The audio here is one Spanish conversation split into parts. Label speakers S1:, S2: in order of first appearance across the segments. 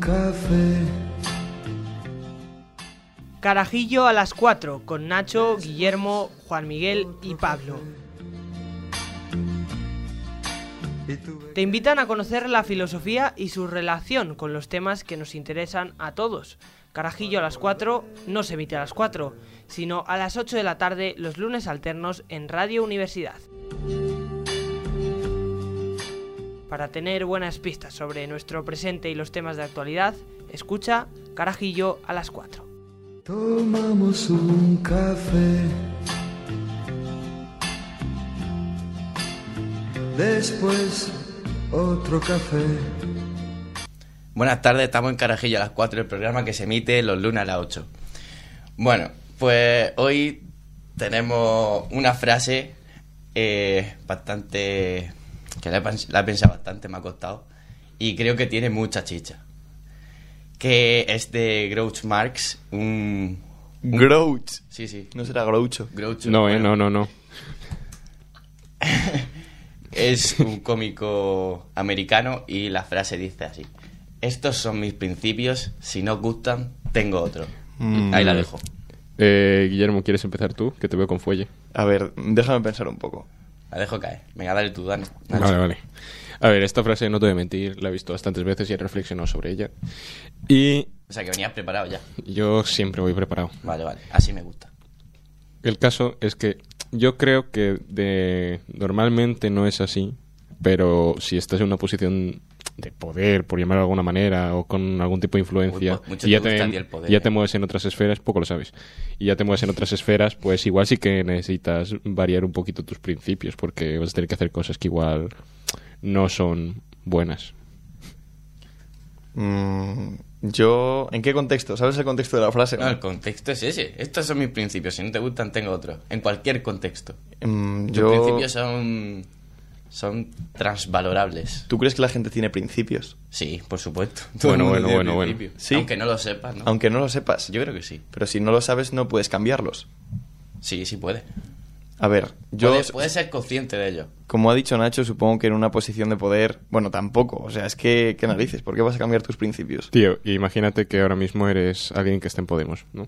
S1: café.
S2: Carajillo a las 4 con Nacho, Guillermo, Juan Miguel y Pablo.
S1: Y tú
S2: Te invitan a conocer la filosofía y su relación con los temas que nos interesan a todos. Carajillo a las 4 no se emite a las 4, sino a las 8 de la tarde los lunes alternos en Radio Universidad. Para tener buenas pistas sobre nuestro presente y los temas de actualidad, escucha Carajillo a las 4.
S1: tomamos un café. Después otro café.
S3: Buenas tardes, estamos en Carajillo a las 4, el programa que se emite los lunes a las 8. Bueno, pues hoy tenemos una frase eh, bastante... que la he, pens- la he pensado bastante, me ha costado, y creo que tiene mucha chicha. Que es de Grouch Marx, un...
S4: Grouch.
S3: Sí, sí.
S4: No será Groucho.
S3: Groucho.
S5: No, eh,
S3: bueno,
S5: no, no, no.
S3: Es un cómico americano y la frase dice así. Estos son mis principios, si no gustan, tengo otro.
S5: Mm.
S3: Ahí la dejo.
S5: Eh, Guillermo, ¿quieres empezar tú? Que te veo con fuelle.
S4: A ver, déjame pensar un poco.
S3: La dejo caer. Venga, dale tú, Dan. Nacho.
S5: Vale, vale. A ver, esta frase no te voy a mentir, la he visto bastantes veces y he reflexionado sobre ella. Y
S3: O sea, que venías preparado ya.
S5: yo siempre voy preparado.
S3: Vale, vale. Así me gusta.
S5: El caso es que yo creo que de normalmente no es así, pero si estás en una posición de poder, por llamarlo de alguna manera, o con algún tipo de influencia,
S3: Uy, mucho
S5: y ya,
S3: te gusta a ti el
S5: te,
S3: poder,
S5: ya
S3: eh.
S5: te mueves en otras esferas, poco lo sabes, y ya te mueves en otras esferas, pues igual sí que necesitas variar un poquito tus principios, porque vas a tener que hacer cosas que igual no son buenas.
S4: Mm, yo... ¿En qué contexto? ¿Sabes el contexto de la frase?
S3: No, Ah, el contexto es ese. Estos son mis principios. Si no te gustan, tengo otro. En cualquier contexto.
S4: Mm,
S3: Tus
S4: yo...
S3: principios son. son transvalorables.
S4: ¿Tú crees que la gente tiene principios?
S3: Sí, por supuesto. Todo
S5: Bueno,
S3: el mundo
S5: bueno,
S3: tiene
S5: bueno, bueno.
S3: principios.
S4: Sí.
S3: Aunque no lo sepas, ¿no?
S4: Aunque no lo sepas.
S3: Yo creo que sí.
S4: Pero si no lo sabes, no puedes cambiarlos.
S3: Sí, sí puede.
S4: A ver, yo...
S3: Puede, puede ser consciente de ello.
S4: Como ha dicho Nacho, supongo que en una posición de poder... Bueno, tampoco. O sea, es que... ¿Qué narices? ¿Por qué vas a cambiar tus principios?
S5: Tío, imagínate que ahora mismo eres alguien que está en Podemos, ¿no?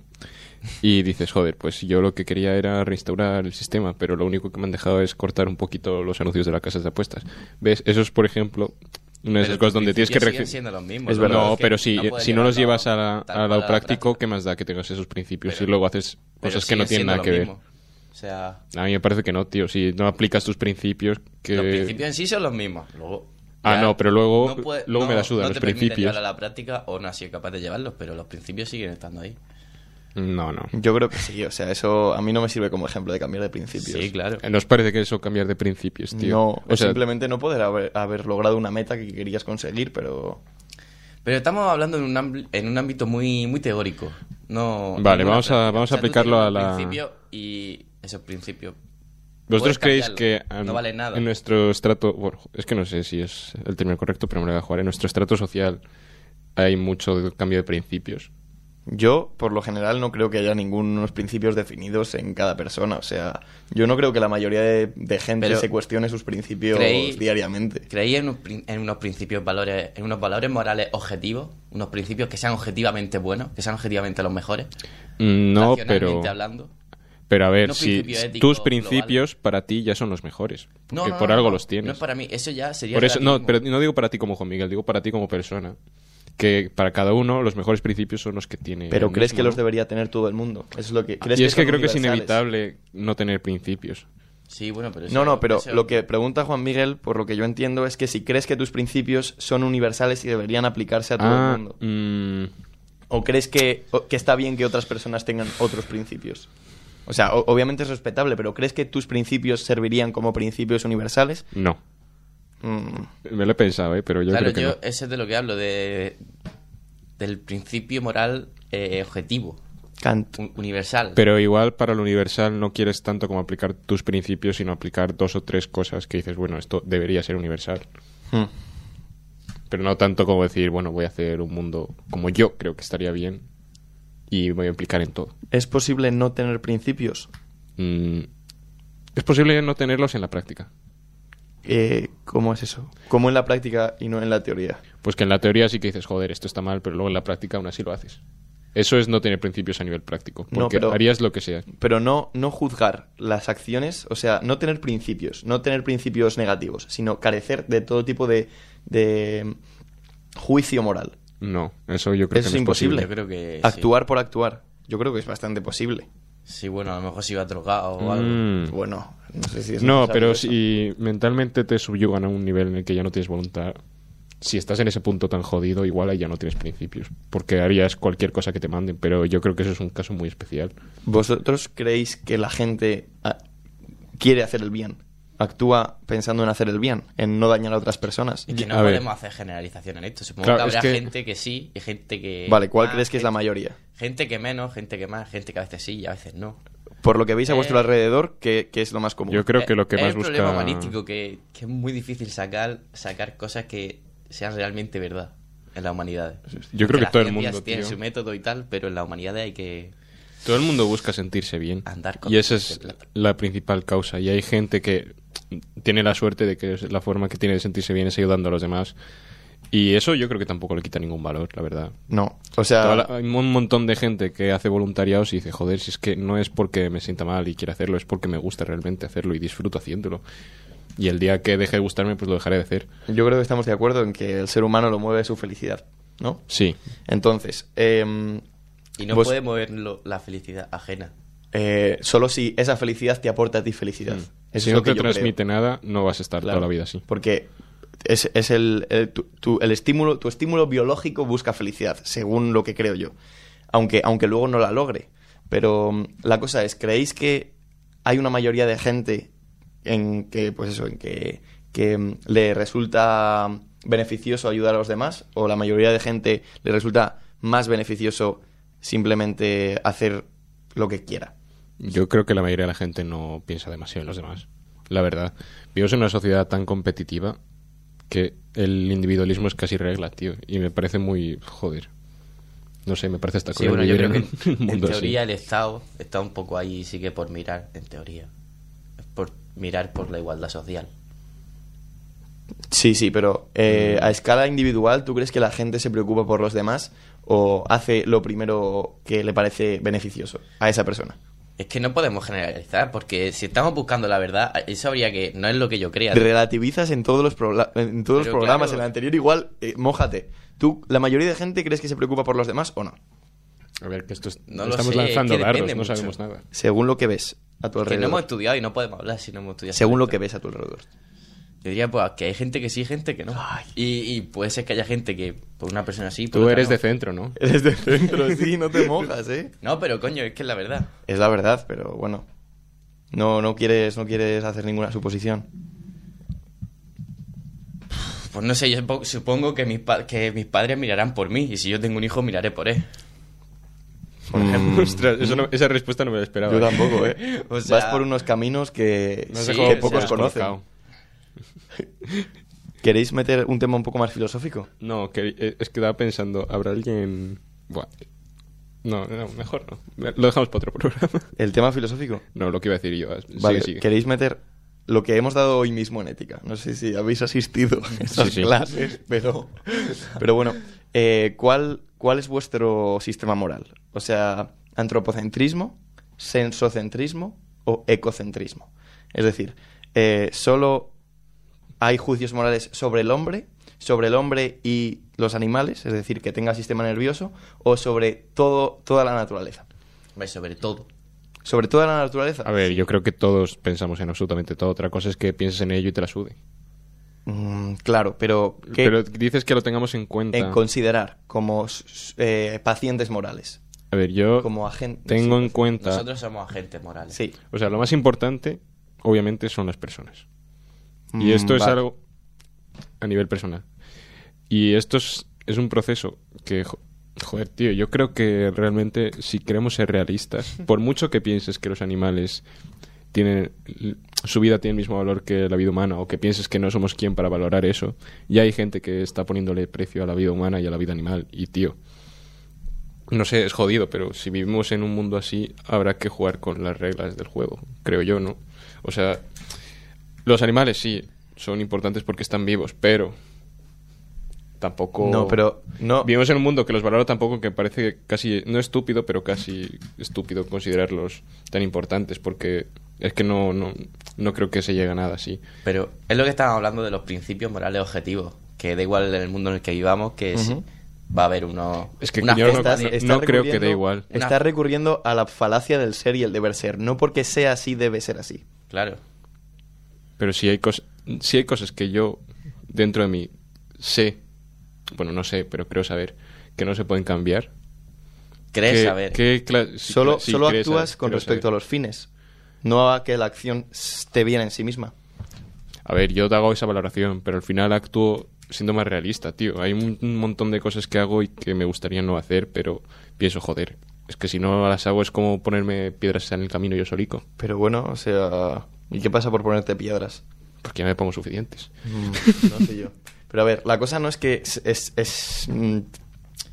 S5: Y dices, joder, pues yo lo que quería era reinstaurar el sistema, pero lo único que me han dejado es cortar un poquito los anuncios de las casas de apuestas. ¿Ves? Eso es, por ejemplo, una
S3: Pero
S5: de esas cosas
S3: tus
S5: donde tienes que...
S3: principios
S5: reci-
S3: siguen siendo los mismos,
S4: Es
S3: ¿no?
S4: verdad.
S5: No,
S3: Es que
S5: pero si no,
S3: puedes
S5: si no los
S3: llevarlo
S5: llevarlo llevas a, la-
S3: tal
S5: a
S3: cual
S5: lo
S3: la
S5: práctico,
S3: práctica.
S5: ¿qué más da que tengas esos principios
S3: Pero-
S5: y luego haces
S3: Pero
S5: cosas Pues que no
S3: siguen
S5: tienen nada
S3: siendo
S5: que
S3: lo
S5: ver?
S3: mismo. O sea,
S5: A mí me parece que no, tío. Si no aplicas tus principios, que...
S3: Los principios en sí son los mismos. Luego,
S5: Ah, no, pero luego-
S3: puede-
S5: luego me la suda,
S3: no
S5: los
S3: te permiten
S5: principios.
S3: llevarlo a la práctica o no has sido capaz de llevarlos, pero los principios siguen estando ahí.
S5: No, no.
S4: Yo creo que sí. O sea, eso a mí no me sirve como ejemplo de cambiar de principios.
S3: Sí, claro.
S5: Nos parece que eso cambiar de principios, tío.
S4: No,
S5: o sea,
S4: simplemente no poder haber, haber logrado una meta que querías conseguir, pero...
S3: Pero estamos hablando en un, ámbi- en un ámbito muy, muy teórico. No,
S5: Vale,
S3: no
S5: vamos
S3: práctica.
S5: a- vamos a
S3: tú tienes
S5: aplicarlo a
S3: un
S5: la-
S3: principio y esos principios. Puedes
S5: ¿Vosotros creéis que um,
S3: cambiarlo, no vale nada.
S5: en nuestro estrato, bueno, es que no sé si es el término correcto, pero me lo voy a jugar, en nuestro estrato social hay mucho de- cambio de principios?
S4: Yo, por lo general, no creo que haya ningunos principios definidos en cada persona. O sea, yo no creo que la mayoría de, de gente
S3: Pero-
S4: se cuestione sus principios
S3: Creí-
S4: diariamente.
S3: ¿Creéis en, un prin- en unos principios valores, en unos valores morales objetivos? Unos principios que sean objetivamente buenos, que sean objetivamente los mejores.
S5: Mm, No,
S3: racionalmente
S5: pero,
S3: hablando.
S5: pero a ver,
S3: no
S5: si
S3: principio ético
S5: tus principios para ti ya son los mejores, porque
S3: No, no,
S5: por
S3: no,
S5: algo
S3: no,
S5: los tienes.
S3: No es para mí, eso ya sería.
S5: por eso, no,
S3: relativismo.
S5: pero no digo para ti como Juan Miguel, digo para ti como persona. Que para cada uno los mejores principios son los que tiene.
S4: Pero
S5: el
S4: crees
S5: mismo,
S4: que los
S5: ¿no?
S4: debería tener todo el mundo. Es lo que crees
S5: Y es que
S4: son
S5: creo que es
S4: universales.
S5: inevitable no tener principios.
S3: Sí, bueno, pero. eso-
S4: No, no, pero
S3: eso-
S4: lo que pregunta Juan Miguel, por lo que yo entiendo, es que si crees que tus principios son universales y deberían aplicarse a todo
S5: Ah,
S4: el mundo.
S5: mm,
S4: ¿O crees que, o- que está bien que otras personas tengan otros principios? O sea, o- obviamente es respetable, pero ¿crees que tus principios servirían como principios universales?
S5: no.
S4: Mm,
S5: Me lo he pensado, ¿eh? pero yo
S3: claro,
S5: creo que
S3: yo
S5: no.
S3: ese es de lo que hablo, de, del principio moral eh, objetivo,
S4: Kant.
S3: un- universal.
S5: Pero igual para lo universal no quieres tanto como aplicar tus principios, sino aplicar dos o tres cosas que dices, bueno, esto debería ser universal.
S4: Mm.
S5: Pero no tanto como decir, bueno, voy a hacer un mundo como yo creo que estaría bien y voy a implicar en todo.
S4: ¿Es posible no tener principios?
S5: Mm, Es posible no tenerlos en la práctica.
S4: Eh, ¿Cómo es eso? ¿Cómo en la práctica y no en la teoría?
S5: Pues que en la teoría sí que dices, joder, esto está mal, pero luego en la práctica aún así lo haces. Eso es no tener principios a nivel práctico,
S4: No,
S5: porque
S4: pero-
S5: harías lo que sea.
S4: Pero no, no juzgar las acciones, o sea, no tener principios, no tener principios negativos, sino carecer de todo tipo de, de juicio moral.
S5: No, eso yo creo
S4: Eso
S5: que
S4: es
S5: no
S4: imposible.
S5: es
S3: Yo creo que sí.
S4: actuar por actuar. Yo creo que es bastante posible.
S3: Sí, bueno, a lo mejor si iba drogado o algo.
S5: posible. Mm.
S4: Bueno, no sé si es
S5: No,
S4: necesario
S5: pero
S4: eso.
S5: si mentalmente te subyugan a un nivel en el que ya no tienes voluntad, si estás en ese punto tan jodido, igual ahí ya no tienes principios, porque harías cualquier cosa que te manden, pero yo creo que eso es un caso muy especial.
S4: ¿Vosotros creéis que la gente ah, quiere hacer el bien? Actúa pensando en hacer el bien, en no dañar a otras personas.
S3: Es que no
S5: A ver.
S3: podemos hacer generalización en esto. Supongo
S5: Claro,
S3: que
S5: es
S3: habrá
S5: que-
S3: gente que sí y gente que.
S4: Vale, ¿cuál
S3: más,
S4: crees que es la
S3: gente-
S4: mayoría?
S3: Gente que menos, gente que más, gente que a veces sí y a veces no.
S4: Por lo que veis a vuestro
S3: Eh,
S4: alrededor, ¿qué, qué es lo más común?
S5: Yo creo que lo que
S3: Es-
S5: más
S3: es un problema
S5: busca...
S3: humanístico que, que es muy difícil sacar, sacar cosas que sean realmente verdad en la humanidad.
S5: Yo creo que
S3: las
S5: todo el
S3: ciencias
S5: mundo,
S3: tiene
S5: tío.
S3: su método y tal, pero en la humanidad hay que
S5: Todo el mundo busca sentirse bien.
S3: Andar con
S5: y esa
S3: gente
S5: es
S3: de plata.
S5: la principal causa. Y hay gente que tiene la suerte de que es la forma que tiene de sentirse bien es ayudando a los demás. Y eso yo creo que tampoco le quita ningún valor, la verdad.
S4: No, o sea,
S5: Toda la- hay un montón de gente que hace voluntariados y dice, joder, si es que no es porque me sienta mal y quiera hacerlo, es porque me gusta realmente hacerlo y disfruto haciéndolo. Y el día que deje de gustarme, pues lo dejaré de hacer.
S4: yo creo que estamos de acuerdo en que el ser humano lo mueve su felicidad, ¿no?
S5: Sí.
S4: Entonces, em,
S3: y no
S4: Vos-
S3: puede moverlo la felicidad ajena.
S4: eh, solo si esa felicidad te aporta a ti felicidad. Eso
S5: Mm. si
S4: es
S5: no
S4: lo que
S5: te
S4: yo creo.
S5: transmite nada, no vas a estar
S4: Claro,
S5: toda la vida así.
S4: Porque es, es el, el- tu, tu- el estímulo, tu estímulo biológico busca felicidad, según lo que creo yo. Aunque, aunque luego no la logre. Pero mm, la cosa es, ¿creéis que hay una mayoría de gente en que, pues eso, en que, que, mm, le resulta beneficioso ayudar a los demás? ¿O la mayoría de gente le resulta más beneficioso simplemente hacer lo que quiera?
S5: Yo creo que la mayoría de la gente no piensa demasiado en los demás. La verdad. Vivimos en una sociedad tan competitiva que el individualismo es casi regla, tío. Y me parece muy. Joder. No sé, me parece hasta
S3: Sí,
S5: cruel
S3: bueno, yo
S5: vivir
S3: creo que
S5: en un
S3: en
S5: mundo así.
S3: teoría el Estado está un poco ahí y sigue por mirar, en teoría. Por mirar por la igualdad social.
S4: Sí, sí, pero eh,
S3: Mm.
S4: a escala individual, ¿tú crees que la gente se preocupa por los demás o hace lo primero que le parece beneficioso a esa persona?
S3: Es que no podemos generalizar, porque si estamos buscando la verdad, eso habría que. No es lo que yo crea.
S4: Relativizas en todos los, prola- en todos los
S3: Pero
S4: programas,
S3: claro.
S4: en el anterior igual, eh, mójate. ¿Tú, la mayoría de gente, crees que se preocupa por los demás o no?
S5: A ver, que esto es-
S3: No lo
S5: estamos
S3: sé, es
S5: lanzando
S3: que depende
S5: dardos, no
S3: mucho.
S5: sabemos nada.
S4: Según lo que ves a tu
S3: Que no hemos
S4: alrededor.
S3: estudiado y no podemos hablar si no hemos estudiado.
S4: Según lo
S3: esto.
S4: que ves a tu alrededor.
S3: Yo diría pues, que hay gente que sí y gente que no.
S4: Ay.
S3: Y, y puede ser que haya gente que, por una persona sí. por
S5: Tú
S3: otra
S5: eres
S3: no.
S5: de centro, ¿no?
S4: Eres de centro, sí, no te mojas, ¿eh?
S3: No, pero coño, es que es la verdad.
S4: Es la verdad, pero bueno. No, no, quieres, no quieres hacer ninguna suposición.
S3: Pues no sé, yo supo- supongo que mis, pa- que mis padres mirarán por mí. Y si yo tengo un hijo, miraré por él.
S5: Ostras, eso no- esa respuesta no me la esperaba.
S4: Yo tampoco, ¿eh?
S3: O sea-
S4: Vas por unos caminos que,
S5: Me has
S3: Sí,
S5: dejado
S4: que
S5: un poco
S4: pocos conocen.
S5: descolocado.
S4: ¿Queréis meter un tema un poco más filosófico?
S5: No, que, eh, es que estaba pensando, ¿habrá alguien...? Buah. No, no, mejor no. Me- Lo dejamos para otro programa.
S4: ¿El tema filosófico?
S5: No, lo que iba a decir yo. Sigue,
S4: Vale,
S5: sigue.
S4: ¿queréis meter lo que hemos dado hoy mismo en ética? No sé si habéis asistido a esas
S5: Sí, sí.
S4: clases, pero, pero bueno, eh, ¿cuál, ¿cuál es vuestro sistema moral? O sea, antropocentrismo, sensocentrismo o ecocentrismo. Es decir, eh, solo hay juicios morales sobre el hombre, sobre el hombre y los animales, es decir, que tenga sistema nervioso, o sobre todo, toda la naturaleza.
S3: Hombre, sobre todo.
S4: Sobre toda la naturaleza.
S5: A ver, yo creo que todos pensamos en absolutamente todo. Otra cosa es que pienses en ello y te la sude.
S4: Mm, claro, pero ¿qué
S5: Pero dices que lo tengamos en cuenta.
S4: en considerar como s- s- eh, pacientes morales?
S5: A ver, yo
S4: Como agentes.
S5: Oh, tengo en cuenta...
S3: Nosotros somos agentes morales.
S4: Sí.
S5: O sea, lo más importante, obviamente, son las personas. Y esto
S4: Mm,
S5: es
S4: va.
S5: algo a nivel personal. Y esto es, es un proceso que, jo- joder, tío, yo creo que realmente si queremos ser realistas, por mucho que pienses que los animales tienen su vida tiene el mismo valor que la vida humana o que pienses que no somos quien para valorar eso, ya hay gente que está poniéndole precio a la vida humana y a la vida animal. Y, tío, no sé, es jodido, pero si vivimos en un mundo así, habrá que jugar con las reglas del juego, creo yo, ¿no? O sea, los animales sí, son importantes porque están vivos, pero tampoco...
S4: No, pero no-
S5: Vivimos en un mundo que los valora tampoco, que parece casi, no estúpido, pero casi estúpido considerarlos tan importantes, porque es que no, no, no creo que se llegue a nada así.
S3: Pero es lo que estábamos hablando de los principios morales objetivos, que da igual en el mundo en el que vivamos, que sí, va a haber uno,
S5: Es que
S3: unas
S5: yo no-
S3: fiestas
S5: no-
S3: y-
S5: no creo que
S4: recurriendo-
S5: dé igual.
S4: Está
S3: Una-
S4: recurriendo a la falacia del ser y el deber ser. No porque sea así, debe ser así.
S3: Claro.
S5: Pero si hay, cos- si hay cosas que yo, dentro de mí, sé, bueno, no sé, pero creo saber, que no se pueden cambiar.
S3: Crees
S5: que-
S3: saber.
S5: que cla- sí,
S4: Solo,
S5: cla- sí,
S4: solo
S5: crees
S4: actúas
S5: saber,
S4: con
S5: creo
S4: respecto a
S5: saber.
S4: los fines, no a que la acción esté bien en sí misma.
S5: A ver, yo te hago esa valoración, pero al final actúo siendo más realista, tío. Hay un, un montón de cosas que hago y que me gustaría no hacer, pero pienso, joder, es que si no las hago es como ponerme piedras en el camino yo solico,
S4: Pero bueno, o sea... ¿Y qué pasa por ponerte piedras?
S5: porque ya me pongo suficientes.
S4: no sé yo. Pero a ver, la cosa no es que es, es- es, mm,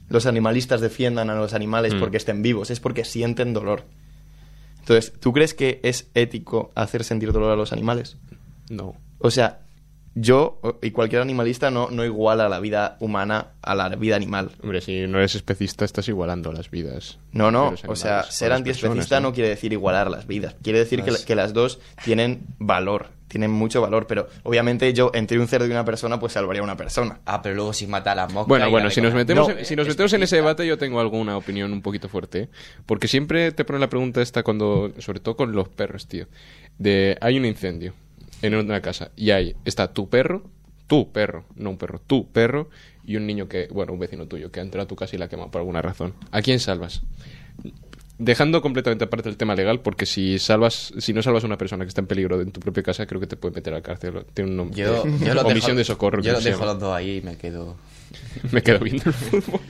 S4: los animalistas defiendan a los animales
S5: Mm.
S4: porque estén vivos, es porque sienten dolor. Entonces, ¿tú crees que es ético hacer sentir dolor a los animales?
S5: No.
S4: O sea, yo o- y cualquier animalista no, no iguala la vida humana a la vida animal.
S5: Hombre, si no eres especista estás igualando las vidas.
S4: No,
S5: de
S4: no,
S5: los
S4: o
S5: animales
S4: sea,
S5: con
S4: ser
S5: las
S4: antiespecista
S5: personas,
S4: no quiere decir igualar las vidas, quiere decir que,
S3: Las-
S4: la- que las dos tienen valor, tienen mucho valor, pero obviamente yo entre un cerdo y una persona pues salvaría a una persona.
S3: Ah, pero luego si mata a las moscas.
S5: Bueno,
S3: y
S5: bueno,
S3: la
S5: si nos
S3: decoran.
S5: metemos,
S4: No,
S5: en, si nos metemos en ese debate yo tengo alguna opinión un poquito fuerte, ¿eh? porque siempre te ponen la pregunta esta cuando, sobre todo con los perros, tío, de hay un incendio en una casa y ahí está tu perro, tu perro, no un perro, tu perro y un niño que, bueno, un vecino tuyo que ha entrado a tu casa y la ha quemado por alguna razón. ¿A quién salvas? Dejando completamente aparte el tema legal, porque si salvas, si no salvas a una persona que está en peligro en tu propia casa, creo que te puede meter a la cárcel. Tiene un nombre.
S3: Yo, yo los
S5: omisión
S3: dejo-
S5: de socorro.
S3: Yo
S5: creo
S3: los
S5: que se
S3: dejo
S5: llama.
S3: los dos ahí y me quedo,
S5: Me quedo viendo el fútbol.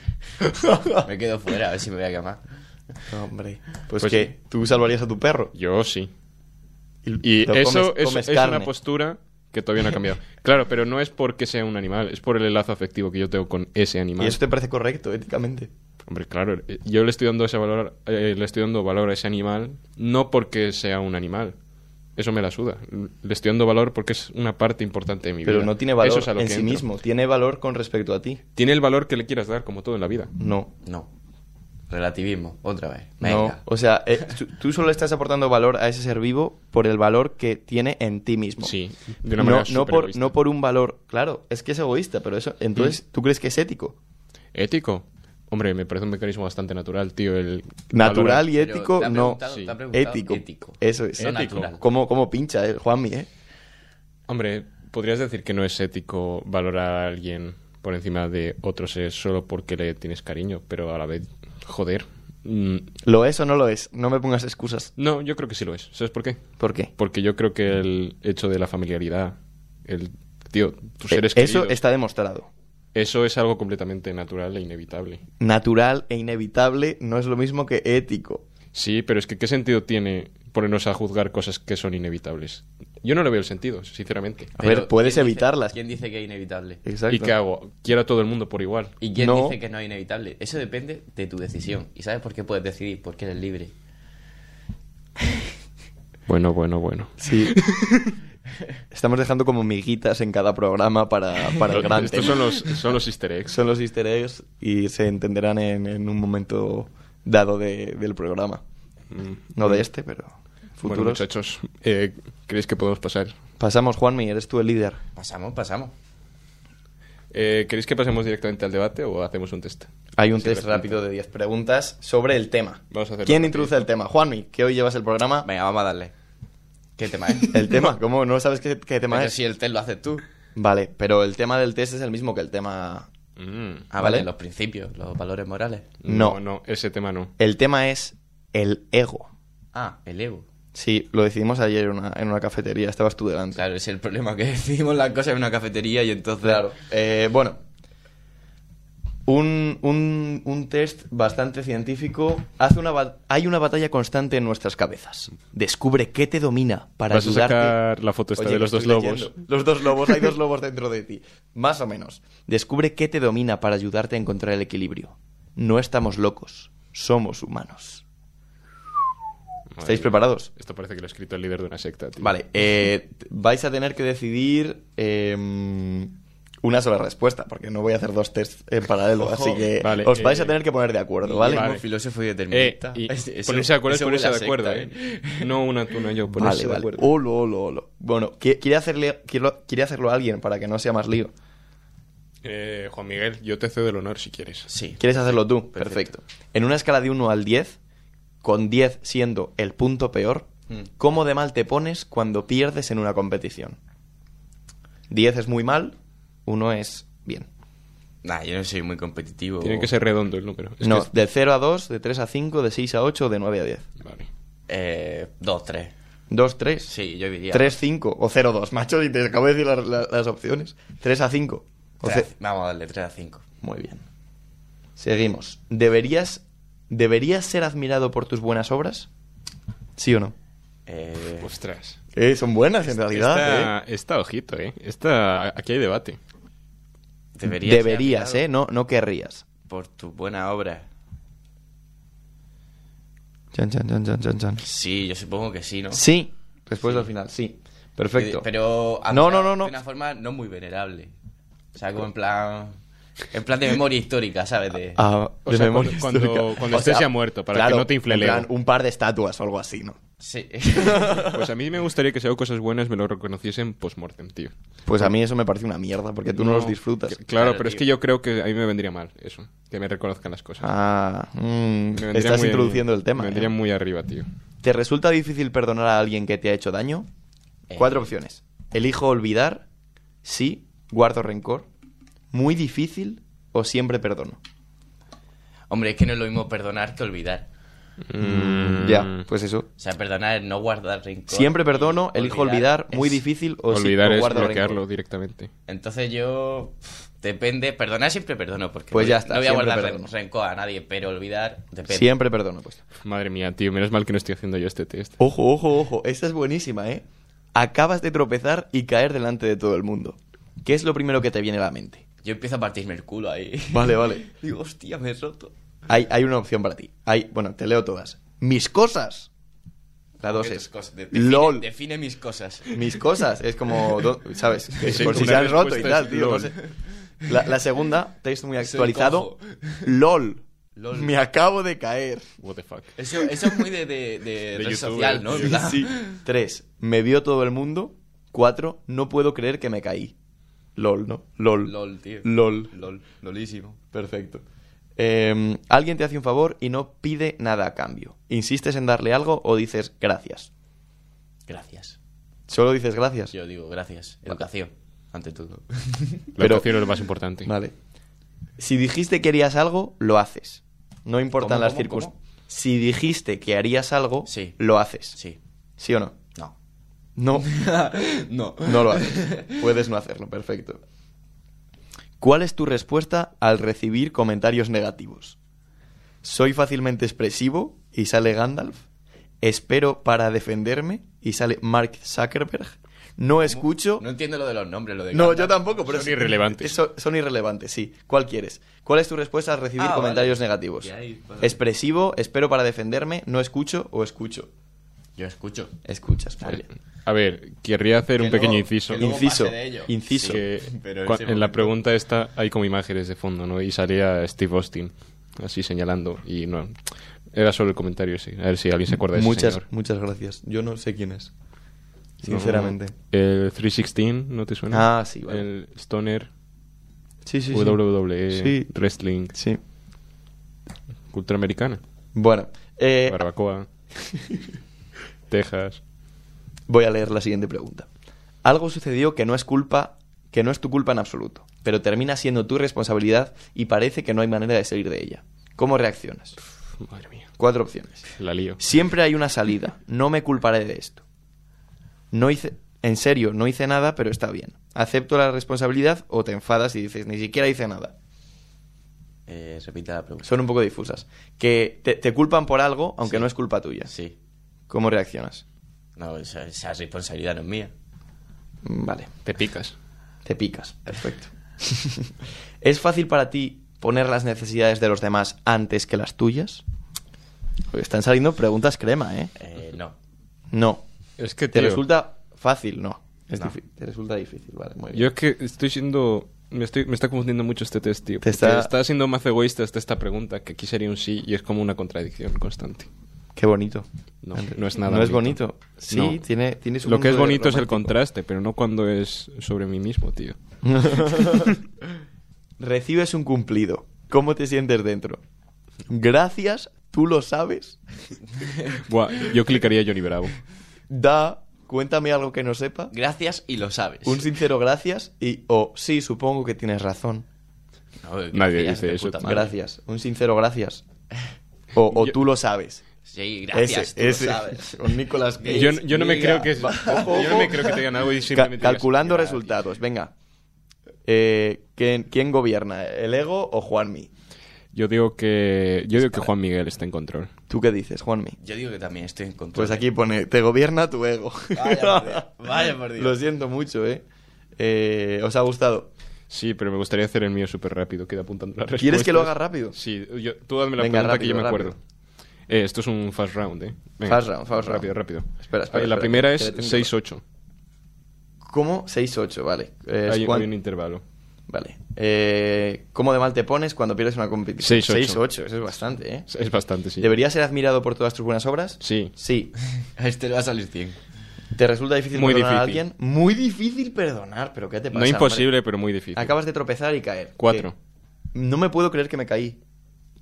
S3: me quedo fuera, a ver si me voy a quemar.
S4: Hombre, pues,
S5: Pues
S4: que
S5: sí.
S4: tú salvarías a tu perro.
S5: Yo sí.
S4: Y,
S5: Y
S4: lo
S5: eso
S4: comes-
S5: es,
S4: comes
S5: es
S4: carne.
S5: una postura que todavía no ha cambiado. Claro, pero no es porque sea un animal, es por el enlace afectivo que yo tengo con ese
S4: Y este-
S5: animal.
S4: eso te parece correcto, éticamente.
S5: Hombre, claro, eh, yo le estoy dando ese valor, eh, le estoy dando valor a ese animal no porque sea un animal. Eso me la suda. Le estoy dando valor porque es una parte importante de mi
S4: Pero
S5: vida.
S4: no tiene
S5: Eso
S4: valor
S5: es a lo
S4: en
S5: que
S4: sí
S5: entro.
S4: mismo, tiene valor con respecto a ti.
S5: Tiene el valor que le quieras dar, como todo en la vida.
S4: No.
S3: No. Relativismo, otra vez.
S4: No,
S3: Venga.
S4: o sea, eh, tú, tú solo estás aportando valor a ese ser vivo por el valor que tiene en ti mismo.
S5: Sí, de
S4: no,
S5: una manera
S4: no
S5: súper
S4: por,
S5: egoísta.
S4: no por un valor, claro, es que es egoísta, pero eso, entonces,
S5: Mm.
S4: ¿tú crees que es ético?
S5: Ético. Hombre, me parece un mecanismo bastante natural, tío. El
S4: Natural
S5: valorar-
S4: y
S3: Pero
S4: ético,
S3: te ha
S4: no.
S3: preguntado- te ha
S5: Sí.
S3: preguntado
S4: Ético.
S3: ético.
S4: Eso es.
S3: No natural.
S4: ¿Cómo, cómo pincha, eh, Juanmi, eh?
S5: Hombre, podrías decir que no es ético valorar a alguien por encima de otro ser solo porque le tienes cariño, pero a la vez, joder. mm,
S4: ¿Lo es o no lo es? No me pongas excusas.
S5: No, yo creo que sí lo es. ¿Sabes por qué?
S4: ¿Por qué?
S5: Porque yo creo que el hecho de la familiaridad, el tío, tus seres
S4: Eh, eso
S5: queridos,
S4: está demostrado.
S5: eso es algo completamente natural e inevitable.
S4: natural e inevitable no es lo mismo que ético.
S5: Sí, pero es que ¿qué sentido tiene ponernos a juzgar cosas que son inevitables? Yo no le veo el sentido, sinceramente.
S4: A ver, puedes
S3: ¿quién dice-
S4: evitarlas.
S3: ¿Quién dice que es inevitable?
S4: Ah, Exacto.
S5: ¿Y qué hago? Quiero a todo el mundo por igual.
S3: ¿Y quién
S4: No.
S3: dice que no es inevitable? Eso depende de tu decisión. ¿Y sabes por qué puedes decidir? Porque eres libre.
S5: Bueno, bueno, bueno.
S4: Sí. Estamos dejando como miguitas en cada programa para, para el gran
S5: Estos
S4: tema.
S5: son los, son los easter eggs.
S4: Son los easter eggs y se entenderán en, en un momento dado de- del programa.
S5: Mm.
S4: No de este, pero
S5: Bueno,
S4: futuros.
S5: muchachos, eh, ¿creéis que podemos pasar?
S4: Pasamos, Juanmi, eres tú el líder.
S3: Pasamos, pasamos.
S5: Eh, ¿Queréis que pasemos directamente al debate o hacemos un test?
S4: Hay un
S5: Sí,
S4: test
S5: respeto.
S4: rápido de 10 preguntas sobre el tema.
S5: Vamos a hacerlo
S4: ¿Quién
S5: rápido.
S4: introduce el tema? Juanmi, que hoy llevas el programa.
S3: Venga, vamos a darle. ¿Qué tema es?
S4: El tema, ¿cómo? ¿No sabes qué, qué tema
S3: Pero
S4: es?
S3: si el test lo haces tú. Ah,
S4: Vale, pero el tema del test es el mismo que el tema
S5: Mm.
S3: Ah, vale,
S4: ¿Vale?
S3: los principios, los valores morales.
S4: No.
S5: no, ese tema no.
S4: El tema es el ego.
S3: Ah, el ego.
S4: Sí, lo decidimos ayer en una, en una cafetería, estabas tú delante.
S3: Claro, ese es el problema, que decidimos las cosas en una cafetería y entonces... Claro.
S4: Eh, bueno, un, un- un test bastante científico. Hace una ba- hay una batalla constante en nuestras cabezas. Descubre qué te domina para
S5: Vas a
S4: ayudarte.
S5: sacar la foto esta
S4: Oye,
S5: de
S4: que
S5: los dos
S4: estoy
S5: lobos.
S4: leyendo. Los dos lobos, hay dos lobos dentro de ti. Más o menos. Descubre qué te domina para ayudarte a encontrar el equilibrio. No estamos locos, somos humanos. ¿Estáis preparados?
S5: Esto parece que lo ha escrito el líder de una secta, tío.
S4: Vale, eh, vais a tener que decidir eh, una sola respuesta, porque no voy a hacer dos tests en paralelo,
S3: Ojo.
S4: así que
S5: Vale,
S4: os vais
S5: eh,
S4: a tener que poner de acuerdo,
S3: ¿Vale?
S4: ¿vale?
S5: Vale.
S3: filósofo y
S5: Eh,
S3: determinista.
S5: y
S3: Ese- ese-
S5: ponerse de acuerdo es
S3: ese
S5: ponerse de
S3: huele a
S5: acuerdo,
S3: secta,
S5: ¿eh? No una tú, una yo, ponerse
S4: Vale, Oh,
S5: de
S4: vale.
S5: acuerdo.
S4: Olo, olo, olo. Bueno, qui- quiere, hacerle, quiero- quiere hacerlo alguien para que no sea más lío.
S5: Eh, Juan Miguel, yo te cedo el honor si quieres.
S3: Sí.
S4: ¿Quieres hacerlo tú?
S3: Perfecto.
S4: Perfecto. En una escala de 1 al 10, con 10 siendo el punto peor,
S3: Mm.
S4: ¿cómo de mal te pones cuando pierdes en una competición? 10 es muy mal, 1 es bien.
S3: Nah, yo no soy muy competitivo.
S5: Tiene que ser redondo el número. Es
S4: Oh. no,
S5: que-
S4: de 0 a 2, de 3 a 5, de 6 a 8, de 9 a 10.
S5: Vale.
S3: Eh, dos, tres.
S4: 2, 3.
S3: Sí, yo diría.
S4: 3, 5 o 0, 2, macho, y te acabo de decir las, las- las opciones. 3 a 5. o
S3: Tres a-
S4: ce-
S3: Vamos a darle tres a cinco.
S4: Muy bien. Seguimos. ¿Deberías, ¿Deberías ser admirado por tus buenas obras? ¿Sí o no?
S3: Eh,
S5: Pues Ostras.
S4: Eh, son buenas en realidad.
S5: Esta,
S4: ¿eh?
S5: esta, ojito, ¿eh? Esta, aquí hay debate.
S3: deberías, ser
S4: Deberías,
S3: admirado
S4: ¿eh? No, no querrías.
S3: Por tu buena obra.
S4: Chan, chan, chan, chan, chan, chan.
S3: Sí, yo supongo que sí, ¿no?
S4: Sí. Respuesta al final, sí.
S5: Eh,
S4: Perfecto.
S3: Eh, Pero
S4: No,
S3: admirado
S4: no, no, no.
S3: de una forma no muy venerable. O sea, como en plan. En plan de memoria histórica, ¿sabes? De...
S4: Ah,
S5: O
S4: de
S5: sea,
S4: memoria
S5: cuando- cuando-
S4: histórica.
S5: cuando
S4: O sea,
S5: estés ya muerto, para
S4: claro,
S5: que no te infle
S4: en
S5: el ego.
S4: plan, un par de estatuas o algo así, ¿no?
S3: Sí.
S5: Pues a mí me gustaría que si hago cosas buenas me lo reconociesen post-mortem, tío.
S4: Pues a mí eso me parece una mierda, porque tú no, los disfrutas.
S5: Que- claro,
S3: Claro,
S5: pero es
S3: tío.
S5: que yo creo que a mí me vendría mal eso, que me reconozcan las cosas.
S4: Ah, mm,
S5: Me vendría
S4: estás
S5: muy-
S4: introduciendo el tema.
S5: Me
S4: ¿eh?
S5: vendría muy arriba, tío.
S4: ¿Te resulta difícil perdonar a alguien que te ha hecho daño?
S3: Eh.
S4: Cuatro opciones. Elijo olvidar, sí, guardo rencor, muy difícil o siempre perdono.
S3: Hombre, es que no es lo mismo perdonar que olvidar.
S5: Mm.
S4: Ya, pues eso.
S3: O sea, perdonar es no guardar rencor.
S4: Siempre perdono,
S3: Y
S4: elijo olvidar, muy
S3: es-
S4: difícil o, sí,
S5: Olvidar
S4: o
S5: es
S4: guardo
S5: bloquearlo
S4: rencor.
S5: directamente.
S3: Entonces yo. pff, Depende. Perdonar siempre perdono, porque.
S4: Pues
S3: no-
S4: ya está,
S3: No voy a
S4: siempre
S3: guardar
S4: perdono.
S3: ren- rencor a nadie, pero olvidar. Depende.
S4: Siempre perdono, pues.
S5: Madre mía, tío, menos mal que no estoy haciendo yo este test.
S4: Ojo, ojo, ojo, esta es buenísima, ¿eh? Acabas de tropezar y caer delante de todo el mundo. ¿Qué es lo primero que te viene a la mente?
S3: Yo empiezo a partirme el culo ahí.
S4: Vale, vale.
S3: Digo, hostia, me he roto.
S4: Hay, hay una opción para ti. Hay, bueno, te leo todas. Mis cosas. La dos
S3: Tus
S4: es.
S3: cosas. De- define-
S4: LOL.
S3: Define mis cosas.
S4: Mis cosas. Es como, do- ¿sabes? Que
S5: Sí,
S4: por si
S5: una
S4: se han roto y
S5: respuesta
S4: tal,
S5: es
S4: tío. no
S5: lol.
S4: sé. La, la segunda, texto muy
S3: Soy
S4: actualizado.
S3: cojo.
S4: LOL.
S3: Lol.
S4: Me acabo de caer.
S5: What the fuck.
S3: Eso, eso es muy de, de, de,
S5: De
S3: red
S5: youtuber,
S3: social, ¿no?
S5: tío.
S3: En plan,
S4: Sí. Tres, me vio todo el mundo. Cuatro, no puedo creer que me caí. LOL, ¿no? LOL.
S3: LOL, tío.
S4: LOL.
S3: LOL. LOLísimo.
S4: Perfecto. Eh, alguien te hace un favor y no pide nada a cambio. ¿Insistes en darle algo o dices gracias?
S3: Gracias.
S4: Solo dices gracias.
S3: Yo digo gracias. Educación, ante todo.
S5: La
S4: Pero-
S5: educación es lo más importante.
S4: Vale. Si dijiste que harías algo, lo haces. No importan
S3: ¿Cómo,
S4: las
S3: cómo,
S4: circunstancias.
S3: cómo?
S4: Si dijiste que harías algo,
S3: Sí.
S4: lo haces.
S3: Sí.
S4: ¿Sí o no?
S3: No.
S4: No,
S3: no.
S4: no lo haces. Puedes no hacerlo, perfecto. ¿Cuál es tu respuesta al recibir comentarios negativos? Soy fácilmente expresivo y sale Gandalf. Espero para defenderme y sale Mark Zuckerberg. No escucho.
S3: No entiendo lo de los nombres, lo de
S4: No,
S3: Gandalf.
S4: yo tampoco, pero
S5: Son
S4: sí.
S5: irrelevantes.
S4: Eso- son irrelevantes, sí. ¿Cuál quieres? ¿Cuál es tu respuesta al recibir
S3: Ah,
S4: comentarios
S3: vale.
S4: negativos?
S3: Ya ahí, vale.
S4: Expresivo, espero para defenderme, no escucho o escucho.
S3: Yo escucho.
S4: Escuchas, muy bien.
S5: A ver, querría hacer
S3: Que
S5: un pequeño
S3: luego-
S5: inciso.
S3: que luego
S4: Inciso,
S3: pase de ello.
S4: inciso.
S5: que
S3: pero en
S5: cua-
S3: ese
S5: en la
S3: momento-
S5: pregunta esta hay como imágenes de fondo, ¿no? Y salía Steve Austin así señalando y no era solo el comentario ese. A ver si alguien se acuerda de ese
S4: Muchas,
S5: señor.
S4: muchas gracias. Yo no sé quién es. Sinceramente.
S5: No, el 316, ¿no te suena?
S4: Ah, sí, vale.
S5: El Stoner,
S4: Sí, sí, sí.
S5: WWE,
S4: Sí.
S5: Wrestling,
S4: Sí.
S5: Cultura Americana,
S4: Bueno, eh,
S5: Barbacoa, Texas.
S4: voy a leer la siguiente pregunta. Algo sucedió que no es culpa, que no es tu culpa en absoluto, pero termina siendo tu responsabilidad y parece que no hay manera de salir de ella. ¿Cómo reaccionas?
S5: Madre mía,
S4: Cuatro opciones.
S5: la lío.
S4: Siempre hay una salida. No me culparé de esto. No hice, en serio, no hice nada, pero está bien. Acepto la responsabilidad o te enfadas y dices, ni siquiera hice nada.
S3: Eh, repite la pregunta.
S4: Son un poco difusas. Que te, te culpan por algo, aunque no es culpa tuya.
S3: Sí.
S4: ¿Cómo reaccionas?
S3: No, esa, esa responsabilidad no es mía.
S4: Mm, Vale,
S5: Te picas.
S4: te picas. Perfecto. ¿Es fácil para ti poner las necesidades de los demás antes que las tuyas? Pues están saliendo preguntas crema, ¿eh?
S3: Eh,
S4: No.
S5: Es que,
S4: ¿Te
S5: tío,
S4: resulta fácil? No. Es
S3: No.
S4: difí- Te resulta difícil, vale, muy bien.
S5: Yo es que estoy siendo... Me, estoy, me está confundiendo mucho este test, tío.
S4: Te
S5: porque
S4: está-
S5: está siendo más egoísta hasta esta pregunta, que aquí sería un sí y es como una contradicción constante.
S4: Qué bonito.
S5: No, no es nada
S4: No es
S5: bonito.
S4: bonito. Sí,
S5: No.
S4: tiene, tiene su
S5: Lo que es
S4: punto de
S5: bonito es el
S4: romántico.
S5: contraste, pero no cuando es sobre mí mismo, tío.
S4: Recibes un cumplido. ¿Cómo te sientes dentro? Gracias, tú lo sabes.
S5: Buah, yo clicaría Johnny Bravo.
S4: Da, cuéntame algo que no sepa.
S3: Gracias y lo sabes.
S4: Un sincero gracias y o sí, supongo que tienes razón.
S3: No, gracias,
S5: Nadie dice
S3: de
S5: eso.
S3: puta madre.
S4: Gracias, un sincero gracias. O, o
S5: Yo-
S4: tú lo sabes.
S3: Sí, gracias, tú lo
S4: ese,
S3: sabes.
S4: Con Nicolas Cage.
S5: Yo, yo no me creo
S4: Venga,
S5: que es-
S4: va, ojo,
S5: yo no me
S4: ojo.
S5: creo que tengan algo y
S4: Ca-
S5: simplemente digas,
S4: calculando
S5: "Gracias".
S4: resultados, venga. Eh, ¿quién, quién gobierna? ¿El ego o Juanmi?
S5: Yo digo que yo digo que Juan Miguel está en control.
S4: ¿Tú qué dices, Juanmi?
S3: Yo digo que también estoy en control.
S4: Pues aquí pone, te gobierna tu ego.
S3: Vaya por Dios, vaya por Dios.
S4: Lo siento mucho, ¿eh? Eh, ¿Os ha gustado?
S5: Sí, pero me gustaría hacer el mío súper rápido, queda apuntando la respuesta.
S4: ¿Quieres que lo haga rápido?
S5: Sí, yo, tú hazme la
S4: Venga,
S5: pregunta
S4: rápido,
S5: que yo me
S4: rápido.
S5: acuerdo. Eh, esto es un fast round, ¿eh? Venga,
S4: Fast round, fast round.
S5: Rápido, rápido.
S4: Espera, espera,
S5: Ah,
S4: espera,
S5: la
S4: espera,
S5: primera
S4: que le tengo
S5: es 6-8.
S4: ¿Cómo? 6-8, vale. Eh,
S5: Hay,
S4: Juan-
S5: hay un intervalo.
S4: Vale. Eh, ¿Cómo de mal te pones cuando pierdes una competición?
S5: 6-8.
S4: 6-8, eso es bastante, ¿eh?
S5: Es bastante, sí.
S4: ¿Deberías ser admirado por todas tus buenas obras?
S5: Sí.
S4: Sí.
S3: A este le va a salir 100.
S4: ¿Te resulta difícil
S5: Muy
S4: perdonar
S5: difícil.
S4: a alguien? Muy difícil perdonar, pero ¿qué te pasa?
S5: no imposible,
S4: hombre?
S5: pero muy difícil.
S4: Acabas de tropezar y caer.
S5: Cuatro.
S4: Eh, No me puedo creer que me caí.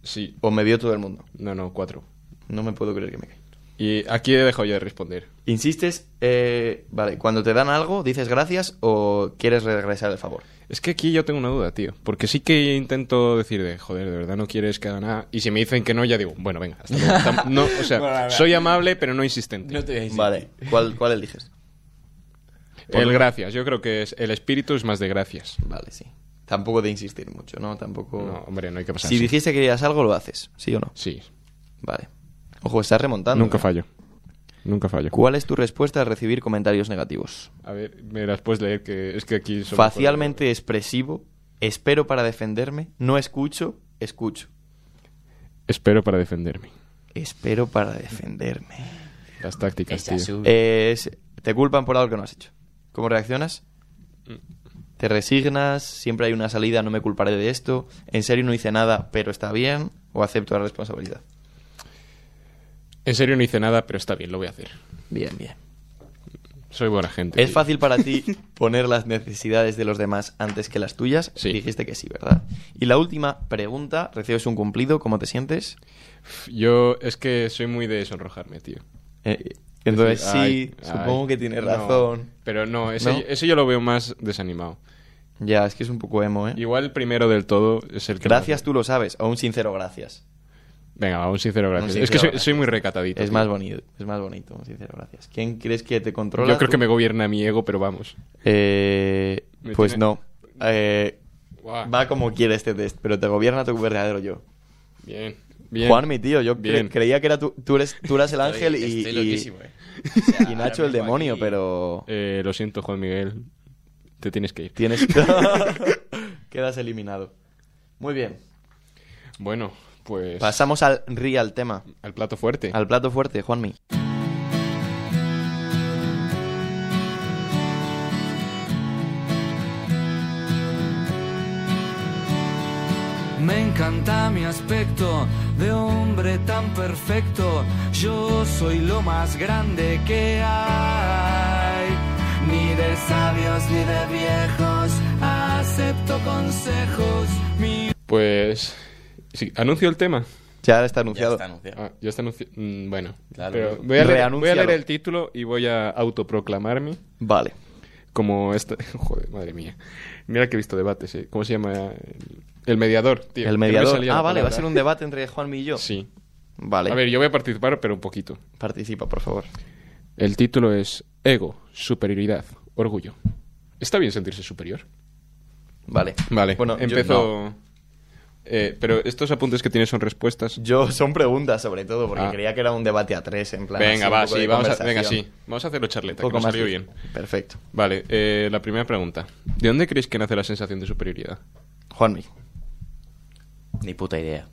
S5: Sí.
S4: O me vio todo el mundo.
S5: No, no, 4.
S4: No me puedo creer que me caí.
S5: Y aquí he dejado ya de responder.
S4: Insistes, eh, vale, cuando te dan algo, dices gracias o quieres regresar el favor.
S5: Es que aquí yo tengo una duda, tío. Porque sí que intento decir de, joder, de verdad no quieres que haga nada. Y si me dicen que no, ya digo, bueno, venga, hasta luego. Tam- No, o sea,
S3: Bueno, nada.
S5: soy amable, pero no insistente.
S3: No te voy a decir.
S4: Vale, ¿cuál, cuál eliges?
S5: el gracias, yo creo que es, el espíritu es más de gracias.
S4: Vale, sí. Tampoco de insistir mucho, ¿no? Tampoco...
S5: No, hombre, no hay que pasar.
S4: Oh. si
S5: así.
S4: dijiste que querías algo, lo haces, ¿sí o no?
S5: Sí,
S4: Vale. Ojo, estás remontando.
S5: nunca
S4: ¿eh?
S5: fallo. Nunca fallo.
S4: ¿Cuál es tu respuesta a recibir comentarios negativos?
S5: A ver, me las puedes leer, que es que aquí... solo
S4: Facialmente expresivo, espero para defenderme, no escucho, escucho.
S5: puedo- Espero para defenderme.
S4: Espero para defenderme.
S5: Las tácticas,
S3: Esa
S5: tío.
S3: sube.
S4: Eh, es- te culpan por algo que no has hecho. ¿Cómo reaccionas? Mm. ¿Te resignas? ¿Siempre hay una salida? ¿No me culparé de esto? ¿En serio no hice nada, pero está bien? ¿O acepto la responsabilidad?
S5: En serio no hice nada, pero está bien, lo voy a hacer.
S4: Bien, bien.
S5: Soy buena gente.
S4: ¿Es
S5: tío.
S4: fácil para ti poner las necesidades de los demás antes que las tuyas?
S5: Sí.
S4: Dijiste que sí, ¿verdad? Y la última pregunta, ¿recibes un cumplido? ¿Cómo te sientes?
S5: Yo es que soy muy de sonrojarme, tío.
S4: Eh, entonces
S5: Decir,
S4: sí,
S5: "Ay,
S4: supongo
S5: ay,
S4: que tienes
S5: no".
S4: razón.
S5: Pero no, ese,
S4: ¿No?
S5: ese yo lo veo más desanimado.
S4: Ya, es que es un poco emo, ¿eh?
S5: Igual el primero del todo es el que...
S4: Gracias,
S5: más-
S4: tú lo sabes. O un sincero gracias.
S5: Venga, va, un sincero gracias.
S4: sincero
S5: es que soy,
S4: gracias.
S5: soy muy recatadito.
S4: Es
S5: tío.
S4: más bonito, es más bonito, un sincero gracias. ¿Quién crees que te controla?
S5: Yo creo
S4: tú?
S5: que me gobierna mi ego, pero vamos.
S4: Eh,
S5: Me
S4: pues
S5: tiene- Ah.
S4: no. Eh,
S5: Guau,
S4: va como quiere este test, pero te gobierna tu verdadero yo.
S5: Bien, bien.
S4: Juan, mi tío, yo cre-
S5: Bien.
S4: creía que era tú, tú eres, tú eras el
S3: Estoy-
S4: ángel y,
S3: estoy
S4: y-
S3: loquísimo, eh. O sea,
S4: y
S3: ahora
S4: Nacho el
S3: mismo
S4: demonio,
S3: aquí-
S4: pero
S5: Eh, lo siento, Juan Miguel. Te tienes que ir.
S4: tienes quedas eliminado. Muy bien.
S5: Bueno, pues...
S4: Pasamos al real tema,
S5: Al plato fuerte.
S4: al plato fuerte, Juanmi.
S6: Me encanta mi aspecto de hombre tan perfecto. Yo soy lo más grande que hay. Ni de sabios ni de viejos acepto consejos. Mi
S5: Pues... Sí, anuncio el tema.
S4: Ya está
S3: Ya
S4: anunciado.
S3: está anunciado.
S5: Ah, ya está anunciado. bueno,
S3: Claro.
S5: pero voy a, leer, voy a
S4: Reanúncialo.
S5: leer el título y voy a autoproclamarme
S4: Vale.
S5: como este... Joder, madre mía. Mira que he visto debates. eh. ¿Cómo se llama? El mediador, tío. Que no
S4: el
S5: me
S4: mediador.
S5: salía la
S4: Ah, vale, va a
S5: palabra.
S4: ser un debate entre Juanmi y yo.
S5: Sí.
S4: Vale.
S5: A ver, yo voy a participar, pero un poquito.
S4: Participa, por favor.
S5: El título es Ego, superioridad, orgullo. ¿Está bien sentirse superior?
S4: Vale.
S5: Vale,
S4: Bueno, yo-
S5: empezó...
S4: no.
S5: Eh, pero estos apuntes que tienes son respuestas.
S4: Yo, son preguntas sobre todo, porque
S5: Ah.
S4: creía que era un debate a tres, en plan. así,
S5: venga,
S4: un
S5: va,
S4: poco
S5: sí,
S4: de
S5: vamos a,
S4: conversación.
S5: venga, sí. Vamos a hacerlo charleta,
S4: Un poco
S5: que nos
S4: más.
S5: salió bien.
S4: Perfecto.
S5: Vale, eh, la primera pregunta. ¿De dónde creéis que nace la sensación de superioridad?
S4: Juanmi.
S3: Ni puta idea.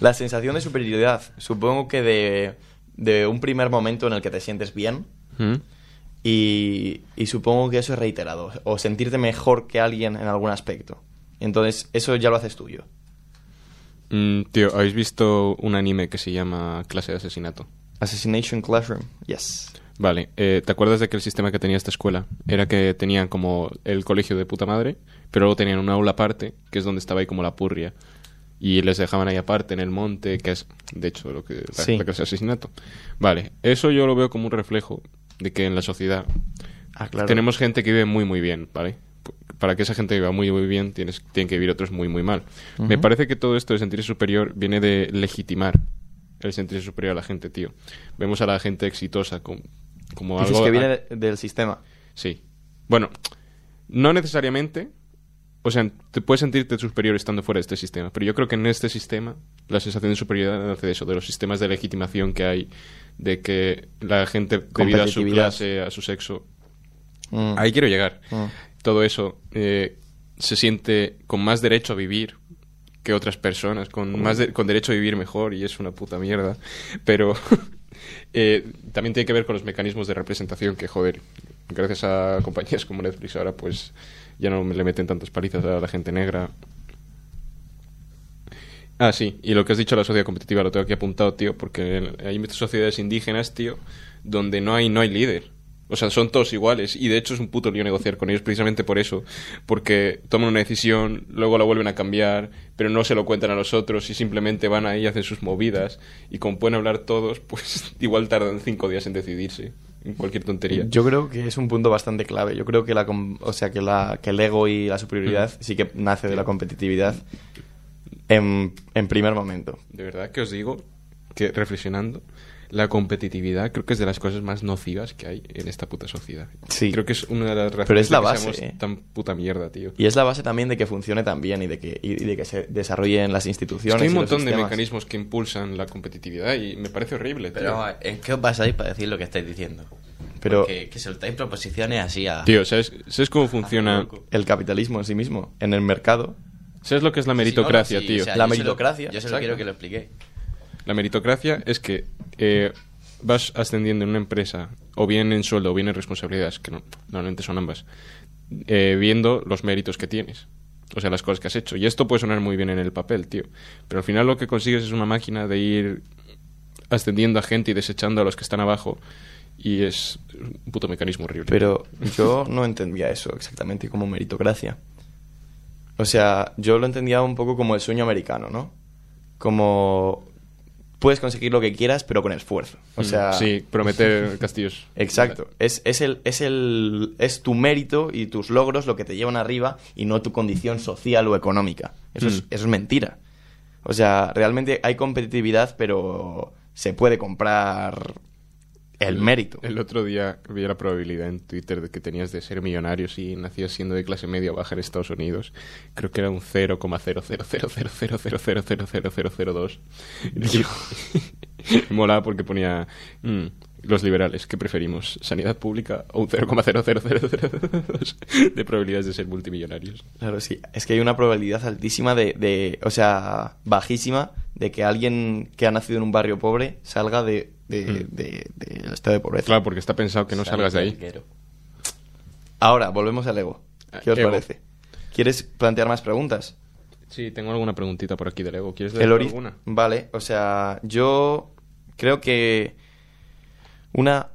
S4: la sensación de superioridad, supongo que de, de un primer momento en el que te sientes bien
S5: ¿Mm?
S4: y, y supongo que eso es reiterado, o sentirte mejor que alguien en algún aspecto. Entonces, eso ya lo haces tuyo.
S5: Mm, tío, ¿habéis visto un anime que se llama Clase de Asesinato?
S4: Assassination Classroom, yes.
S5: Vale, eh, ¿te acuerdas de que el sistema que tenía esta escuela era que tenían como el colegio de puta madre, pero luego tenían una aula aparte, que es donde estaba ahí como la purria, y les dejaban ahí aparte en el monte, que es, de hecho, lo que la,
S4: Sí.
S5: la clase de asesinato? Vale, eso yo lo veo como un reflejo de que en la sociedad
S4: Ah, claro.
S5: tenemos gente que vive muy muy bien, ¿vale? P- Para que esa gente viva muy muy bien, tienes, tienen que vivir otros muy muy mal. Me
S4: Ujú.
S5: parece que todo esto de sentirse superior viene de legitimar el sentirse superior a la gente, tío. Vemos a la gente exitosa com- como,
S4: Dices
S5: algo...
S4: que viene de- del sistema.
S5: Sí. Bueno, no necesariamente... O sea, te puedes sentirte superior estando fuera de este sistema, pero yo creo que en este sistema la sensación de superioridad nace de eso, de los sistemas de legitimación que hay, de que la gente debido a su
S4: Competitividad.
S5: clase, a su sexo...
S4: Mm.
S5: Ahí quiero llegar
S4: Mm.
S5: todo eso eh, se siente con más derecho a vivir que otras personas, con más de- con derecho a vivir mejor y es una puta mierda. Pero eh, también tiene que ver con los mecanismos de representación que, joder, gracias a compañías como Netflix ahora pues ya no le meten tantas palizas a la gente negra. Ah, sí, y lo que has dicho de la sociedad competitiva lo tengo aquí apuntado, tío, porque en- hay sociedades indígenas, tío, donde no hay, no hay líder. O sea, son todos iguales y de hecho es un puto lío negociar con ellos precisamente por eso, porque toman una decisión, luego la vuelven a cambiar, pero no se lo cuentan a los otros y simplemente van ahí, hacen sus movidas y como pueden hablar todos, pues igual tardan cinco días en decidirse, en cualquier tontería.
S4: Yo creo que es un punto bastante clave. Yo creo que la, com- o sea, que la que el ego y la superioridad
S5: Mm.
S4: sí que nace de la competitividad en, en primer momento.
S5: De verdad que os digo que reflexionando, la competitividad creo que es de las cosas más nocivas que hay en esta puta sociedad.
S4: Sí.
S5: Creo que es una de las razones
S4: Pero es
S5: de
S4: la
S5: que
S4: base,
S5: seamos
S4: ¿eh?
S5: tan puta mierda, tío.
S4: Y es la base también de que funcione tan bien y de que, y de que se desarrollen las
S5: Es
S4: instituciones.
S5: que hay un
S4: y los
S5: montón de
S4: sistemas.
S5: mecanismos que impulsan la competitividad y me parece horrible, tío.
S3: Pero vamos a ver, ¿en qué os basáis para decir lo que estáis diciendo?
S4: Pero
S3: Porque que soltáis proposiciones así a...
S5: Tío, ¿sabes, ¿sabes cómo funciona?
S3: loco.
S4: el capitalismo en sí mismo, en el mercado,
S5: ¿Sabes lo que es la meritocracia,
S3: Sí, no, no, sí,
S5: tío?
S3: o sea,
S4: La
S3: yo se lo-
S4: meritocracia,
S3: Yo solo
S4: exacto.
S3: quiero que lo expliqué.
S5: La meritocracia es que eh, vas ascendiendo en una empresa, o bien en sueldo, o bien en responsabilidades, que no- normalmente son ambas, eh, viendo los méritos que tienes. O sea, las cosas que has hecho. Y esto puede sonar muy bien en el papel, tío. Pero al final lo que consigues es una máquina de ir ascendiendo a gente y desechando a los que están abajo. Y es un puto mecanismo horrible.
S4: pero yo no entendía eso exactamente como meritocracia. O sea, yo lo entendía un poco como el sueño americano, ¿no? Como puedes conseguir lo que quieras, pero con esfuerzo. O
S5: Mm,
S4: sea,
S5: Sí, prometer castillos.
S4: Exacto. Es, es, el, es, el, es tu mérito y tus logros lo que te llevan arriba y no tu condición social o económica. Eso, es,
S5: Mm.
S4: eso es mentira. O sea, realmente hay competitividad, pero se puede comprar el mérito.
S5: El otro día vi la probabilidad en Twitter de que tenías de ser millonario si nacías siendo de clase media o baja en Estados Unidos. Creo que era un 0,0000000000002. Y Molaba porque ponía mm, los liberales que preferimos sanidad pública o un 0,0000002 de probabilidades de ser multimillonarios.
S4: Claro, sí. Es que hay una probabilidad altísima de, de- o sea, bajísima de que alguien que ha nacido en un barrio pobre salga de, de,
S5: Mm.
S4: de- del estado de pobreza.
S5: Claro, porque está pensado que no salgas de ahí.
S3: Salguero.
S4: Ahora, volvemos al ego. ¿Qué os
S5: Eh, Ego.
S4: parece? ¿Quieres plantear más preguntas?
S5: Sí, tengo alguna preguntita por aquí del ego. ¿Quieres leer
S4: El ori-
S5: alguna?
S4: Vale, o sea, yo creo que una...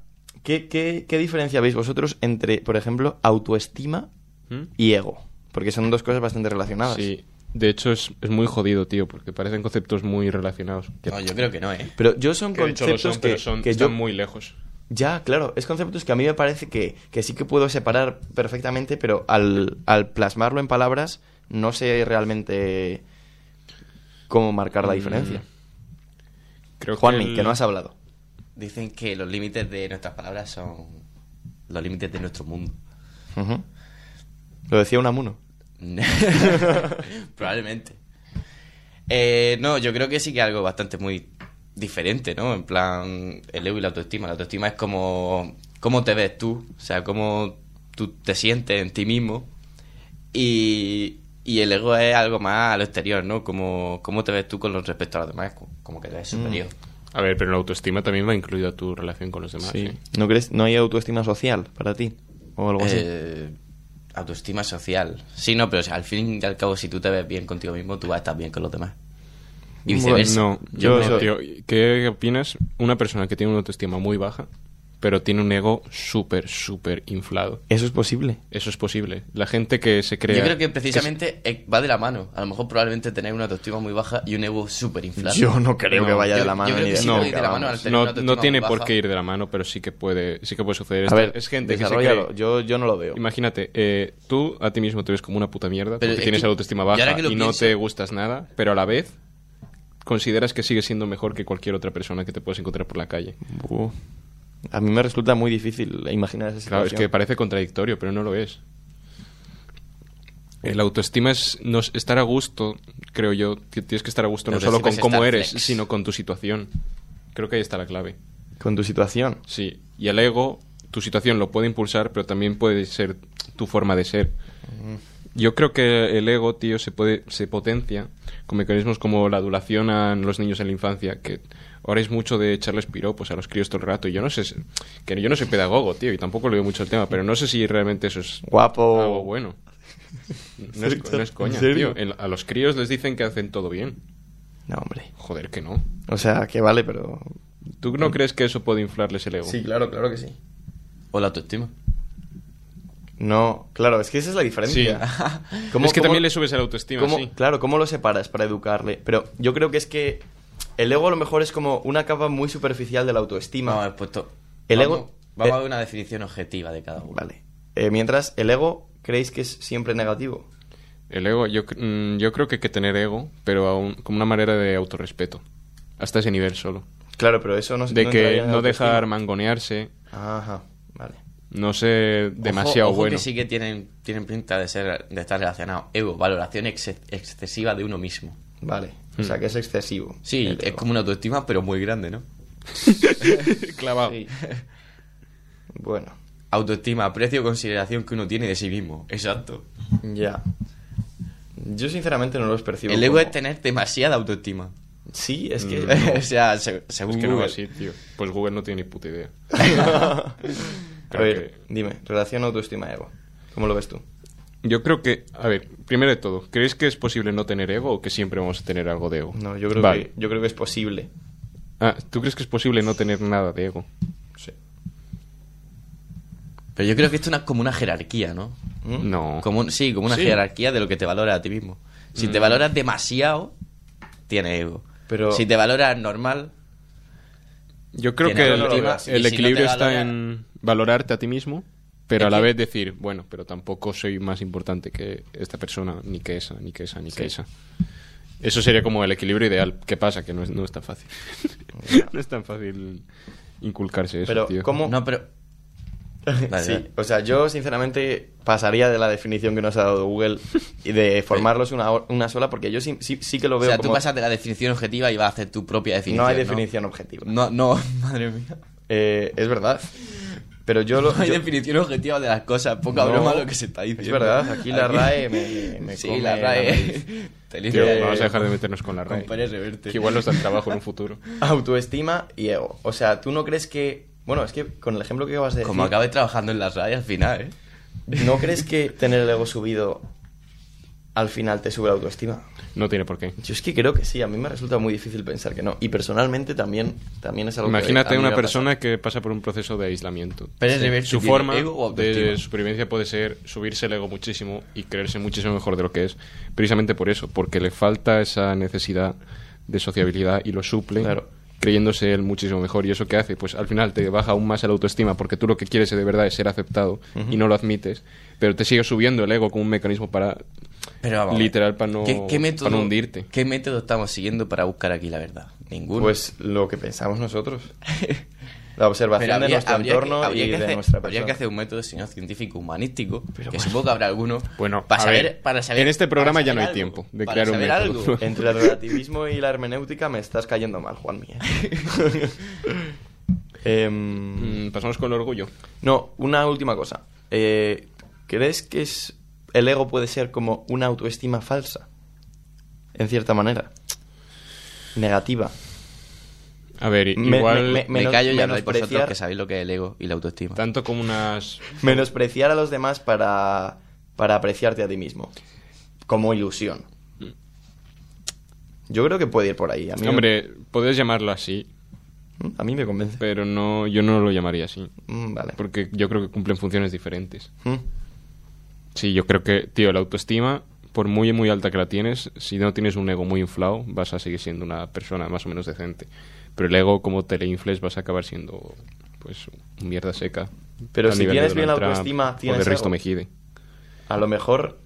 S4: ¿Qué, qué, qué diferencia veis vosotros entre, por ejemplo, autoestima
S5: ¿Mm?
S4: y ego? Porque son dos cosas bastante relacionadas.
S5: Sí, de hecho es, es muy jodido, tío, porque parecen conceptos muy relacionados. Que,
S3: No, yo creo que no, ¿eh?
S4: Pero yo son
S5: que de hecho
S4: conceptos
S5: lo son,
S4: que,
S5: pero son,
S4: que
S5: están
S4: yo...
S5: muy lejos.
S4: Ya, claro, es conceptos que a mí me parece que, que sí que puedo separar perfectamente, pero al, al plasmarlo en palabras no sé realmente cómo marcar la diferencia.
S5: Creo
S4: Juanmi,
S5: el-
S4: que no has hablado.
S3: Dicen que los límites de nuestras palabras son los límites de nuestro mundo.
S4: Ujú. Lo decía Unamuno.
S3: Probablemente. Eh, no, yo creo que sí que algo bastante muy diferente, ¿no? En plan, el ego y la autoestima. La autoestima es como cómo te ves tú, o sea, cómo tú te sientes en ti mismo. Y, y el ego
S4: Mm.
S3: es algo más a lo exterior, ¿no? Como cómo te ves tú con los respecto a los demás, co- como que te ves superior.
S5: A ver, pero la autoestima también va incluida tu relación con los demás.
S4: Sí.
S5: ¿eh?
S4: ¿No crees? ¿No hay autoestima social para ti? O algo así.
S3: Eh, autoestima social. Sí, no, pero o sea, al fin y al cabo, si tú te ves bien contigo mismo, tú vas a estar bien con los demás. Y viceversa.
S5: No,
S4: Yo
S5: yo,
S4: eso-
S5: tío, ¿qué opinas? Una persona que tiene una autoestima muy baja, pero tiene un ego súper, súper inflado.
S4: Eso es posible.
S5: Eso es posible. La gente que se crea...
S3: Yo creo que precisamente eh, va de la mano. A lo mejor probablemente tener una autoestima muy baja y un ego súper inflado.
S4: Yo no creo
S5: No,
S4: que vaya
S3: yo-
S4: de la
S3: yo
S4: mano
S3: creo
S4: ni
S3: que
S4: de
S3: sí
S4: cerca,
S3: va de la mano
S4: vamos.
S3: al tener una
S5: no,
S3: autoestima
S5: no tiene
S3: muy
S5: por
S3: baja.
S5: qué ir de la mano, pero sí que puede, sí que puede suceder.
S4: A
S5: Esta-
S4: ver,
S5: es gente que se
S4: desarróllalo.
S5: cree-
S4: Yo, yo no lo veo.
S5: Imagínate, eh, tú a ti mismo te ves como una puta mierda
S3: Pero es
S5: porque tienes
S3: que-
S5: autoestima
S3: y ahora
S5: baja
S3: que
S5: y
S3: lo
S5: no
S3: pienso-
S5: te gustas nada, pero a la vez consideras que sigues siendo mejor que cualquier otra persona que te puedes encontrar por la calle.
S4: Buh. A mí me resulta muy difícil imaginar esa
S5: Claro,
S4: situación.
S5: es que parece contradictorio, pero no lo es. El autoestima es nos, estar a gusto, creo yo, que tienes que estar a gusto
S3: La
S5: no solo
S3: autoestima
S5: con
S3: es
S5: cómo
S3: estar
S5: eres,
S3: flex.
S5: sino con tu situación. Creo que ahí está la clave.
S4: Con tu situación.
S5: Sí, y el ego, tu situación lo puede impulsar, pero también puede ser tu forma de ser. Yo creo que el ego, tío, se puede se potencia con mecanismos como la adulación a los niños en la infancia, que ahora es mucho de echarles piropos a los críos todo el rato. Y yo no sé, si- que yo no soy pedagogo, tío, y tampoco le veo mucho el tema, pero no sé si realmente eso es
S4: Guapo.
S5: algo Ah, bueno. No es, no es coña,
S4: Oh. ¿En serio?
S5: tío. El- A los críos les dicen que hacen todo bien.
S4: No, hombre.
S5: Joder, que no.
S4: O sea, que vale, pero...
S5: ¿Tú no crees que eso puede inflarles el ego?
S4: claro, claro que Mm. sí.
S3: O la autoestima.
S4: No, claro, es que esa es la diferencia. ¿Cómo-
S5: es que
S4: cómo-
S5: también le subes el autoestima,
S4: ¿Cómo-
S5: sí.
S4: Claro, ¿cómo lo separas para educarle? Pero yo creo que es que el ego a lo mejor es como una capa muy superficial de la autoestima.
S3: Vamos a ver, puesto.
S4: El
S3: vamos-
S4: ego-
S3: Vamos a
S4: eh,
S3: ver una definición objetiva de cada uno.
S4: Vale. Eh, mientras, ¿el ego creéis que es siempre negativo?
S5: El ego, yo, cr- mm, yo creo que hay que tener ego, pero aún como una manera de autorrespeto. Hasta ese nivel solo.
S4: Claro, pero eso no
S5: De
S4: entraría
S5: que
S4: en la
S5: no
S4: autoestima.
S5: dejar mangonearse,
S4: Ajá, vale.
S5: no ser demasiado
S3: ojo, ojo
S5: bueno.
S3: que sí que tienen, tienen pinta de ser de estar relacionado. Ego, valoración ex- excesiva de uno mismo.
S4: Vale. O
S5: Mm.
S4: sea, que es excesivo.
S3: Sí,
S4: el
S3: es
S4: ego.
S3: como una autoestima, pero muy grande, ¿no?
S5: Clavado.
S4: Sí. Bueno,
S3: Autoestima, aprecio, consideración que uno tiene de sí mismo. Exacto.
S4: ya. Yo sinceramente no los percibo.
S3: El ego
S4: como-
S3: es tener demasiada autoestima.
S4: Sí, es que.
S3: o sea, se- según
S5: Es que no va
S3: Google.
S5: así, tío. Pues Google no tiene ni puta idea.
S4: A ver, dime, relación autoestima-ego. ¿Cómo lo ves tú?
S5: Yo creo que, a ver, primero de todo, ¿creéis que es posible no tener ego o que siempre vamos a tener algo de ego?
S4: No, yo creo,
S5: Vale.
S4: que, yo creo que es posible.
S5: Ah, ¿tú crees que es posible no tener nada de ego?
S4: Sí.
S3: Pero yo creo que esto es una- como una jerarquía, ¿no?
S4: ¿Mm?
S5: No.
S3: Como, un- sí, como una
S5: Sí.
S3: jerarquía de lo que te valora a ti mismo. Si te valoras demasiado, tienes ego.
S4: Mm. Pero-
S3: Si te valoras normal,
S5: Yo creo
S3: Que
S5: que,
S3: no
S5: el,
S3: lo veas.
S5: el
S3: Y si no te
S5: equilibrio está
S3: valoran-
S5: en valorarte a ti mismo, pero
S3: Es
S5: a la
S3: que-
S5: vez decir, bueno, pero tampoco soy más importante que esta persona, ni que esa, ni que esa, ni que esa. Eso sería como el equilibrio ideal. ¿Qué pasa? Que no es, no es tan fácil. no es tan fácil inculcarse eso,
S4: Pero,
S5: tío.
S4: ¿cómo?
S3: no, pero... Vale,
S4: sí,
S3: vale.
S4: o sea, yo sinceramente pasaría de la definición que nos ha dado Google y de formarlos una, o- una sola, porque yo sí, sí, sí que lo
S3: O
S4: veo
S3: sea,
S4: como.
S3: tú pasas de la definición objetiva y vas a hacer tu propia definición.
S4: no hay definición objetiva.
S3: No, no, madre mía.
S4: Eh, es verdad. Pero yo lo.
S3: No hay
S4: yo-
S3: definición objetiva de las cosas. Poca
S4: No.
S3: broma lo que se está diciendo.
S4: Es verdad, aquí la RAE me- me
S3: Sí,
S4: come
S3: la
S4: la
S3: RAE. Te
S5: Tío,
S3: dice-
S5: vamos a dejar de meternos con la
S3: con
S5: RAE.
S3: Pérez Reverte.
S5: Que igual nos dan trabajo en un futuro.
S4: Autoestima y ego. O sea, tú no crees que. Bueno, es que con el ejemplo que acabas de decir.
S3: Como acabes trabajando en la RAE al final, ¿eh?
S4: ¿No crees que tener el ego subido al final te sube la autoestima?
S5: No tiene por qué.
S4: Yo es que creo que sí, a mí me resulta muy difícil pensar que no. Y personalmente también, también es algo que a mí
S5: Imagínate
S4: me
S5: una
S4: ha
S5: persona que pasa por un proceso de aislamiento.
S3: Pérez Reverte
S5: Su
S3: tiene
S5: forma
S3: ego o autoestima.
S5: de supervivencia puede ser subirse el ego muchísimo y creerse muchísimo mejor de lo que es, precisamente por eso, porque le falta esa necesidad de sociabilidad y lo suple
S4: Claro.
S5: creyéndose él muchísimo mejor. ¿Y eso qué hace? Pues al final te baja aún más la autoestima porque tú lo que quieres de verdad es ser aceptado y no lo admites, pero te sigue subiendo el ego como un mecanismo para...
S3: Pero vamos.
S5: Literal, pa' no- pa' no hundirte.
S3: ¿Qué método estamos siguiendo para buscar aquí la verdad? Ninguno.
S4: Pues lo que pensamos nosotros. La observación
S3: Pero
S4: de
S3: habría-
S4: nuestro
S3: habría
S4: entorno
S3: que- habría
S4: y
S3: que
S4: de
S3: hacer-
S4: nuestra persona.
S3: Habría que hacer un método sino científico humanístico, que supongo que habrá alguno.
S5: Bueno,
S3: para
S5: a
S3: saber,
S5: ver,
S3: para saber-
S5: en este
S3: para
S5: programa ya
S3: saber
S5: no hay
S3: algo,
S5: tiempo de
S3: para
S5: crear un
S3: saber
S5: método.
S3: algo.
S4: Entre el relativismo y la hermenéutica me estás cayendo mal, Juanmi. ¿eh? Em,
S5: Mm, pasamos con el orgullo.
S4: No, una última cosa. Eh, ¿Crees que es, el ego puede ser como una autoestima falsa? En cierta manera. Negativa.
S5: A ver, i-
S4: Me-
S5: igual
S3: Me
S4: Menos-
S3: callo y habláis vosotros
S4: menospreciar-
S3: que sabéis lo que es el ego y la autoestima.
S5: tanto como unas...
S4: Menospreciar a los demás para, para apreciarte a ti mismo. Como ilusión. Yo creo que puede ir por ahí. A mí, ¿Mm?
S5: Hombre, puedes llamarlo así,
S4: a mí me convence.
S5: pero no, yo no lo llamaría así.
S4: Mm, vale.
S5: Porque yo creo que cumplen funciones diferentes.
S4: Mm.
S5: Sí, yo creo que, tío, la autoestima, por muy muy alta que la tienes, si no tienes un ego muy inflado, vas a seguir siendo una persona más o menos decente. Pero el ego, como te le infles, vas a acabar siendo, pues, un mierda seca.
S4: Pero
S5: A
S4: si
S5: nivel de
S4: tienes bien la
S5: Donald Trump
S4: autoestima,
S5: O de
S4: tienes
S5: Risto
S4: ego.
S5: Mejide.
S4: A lo mejor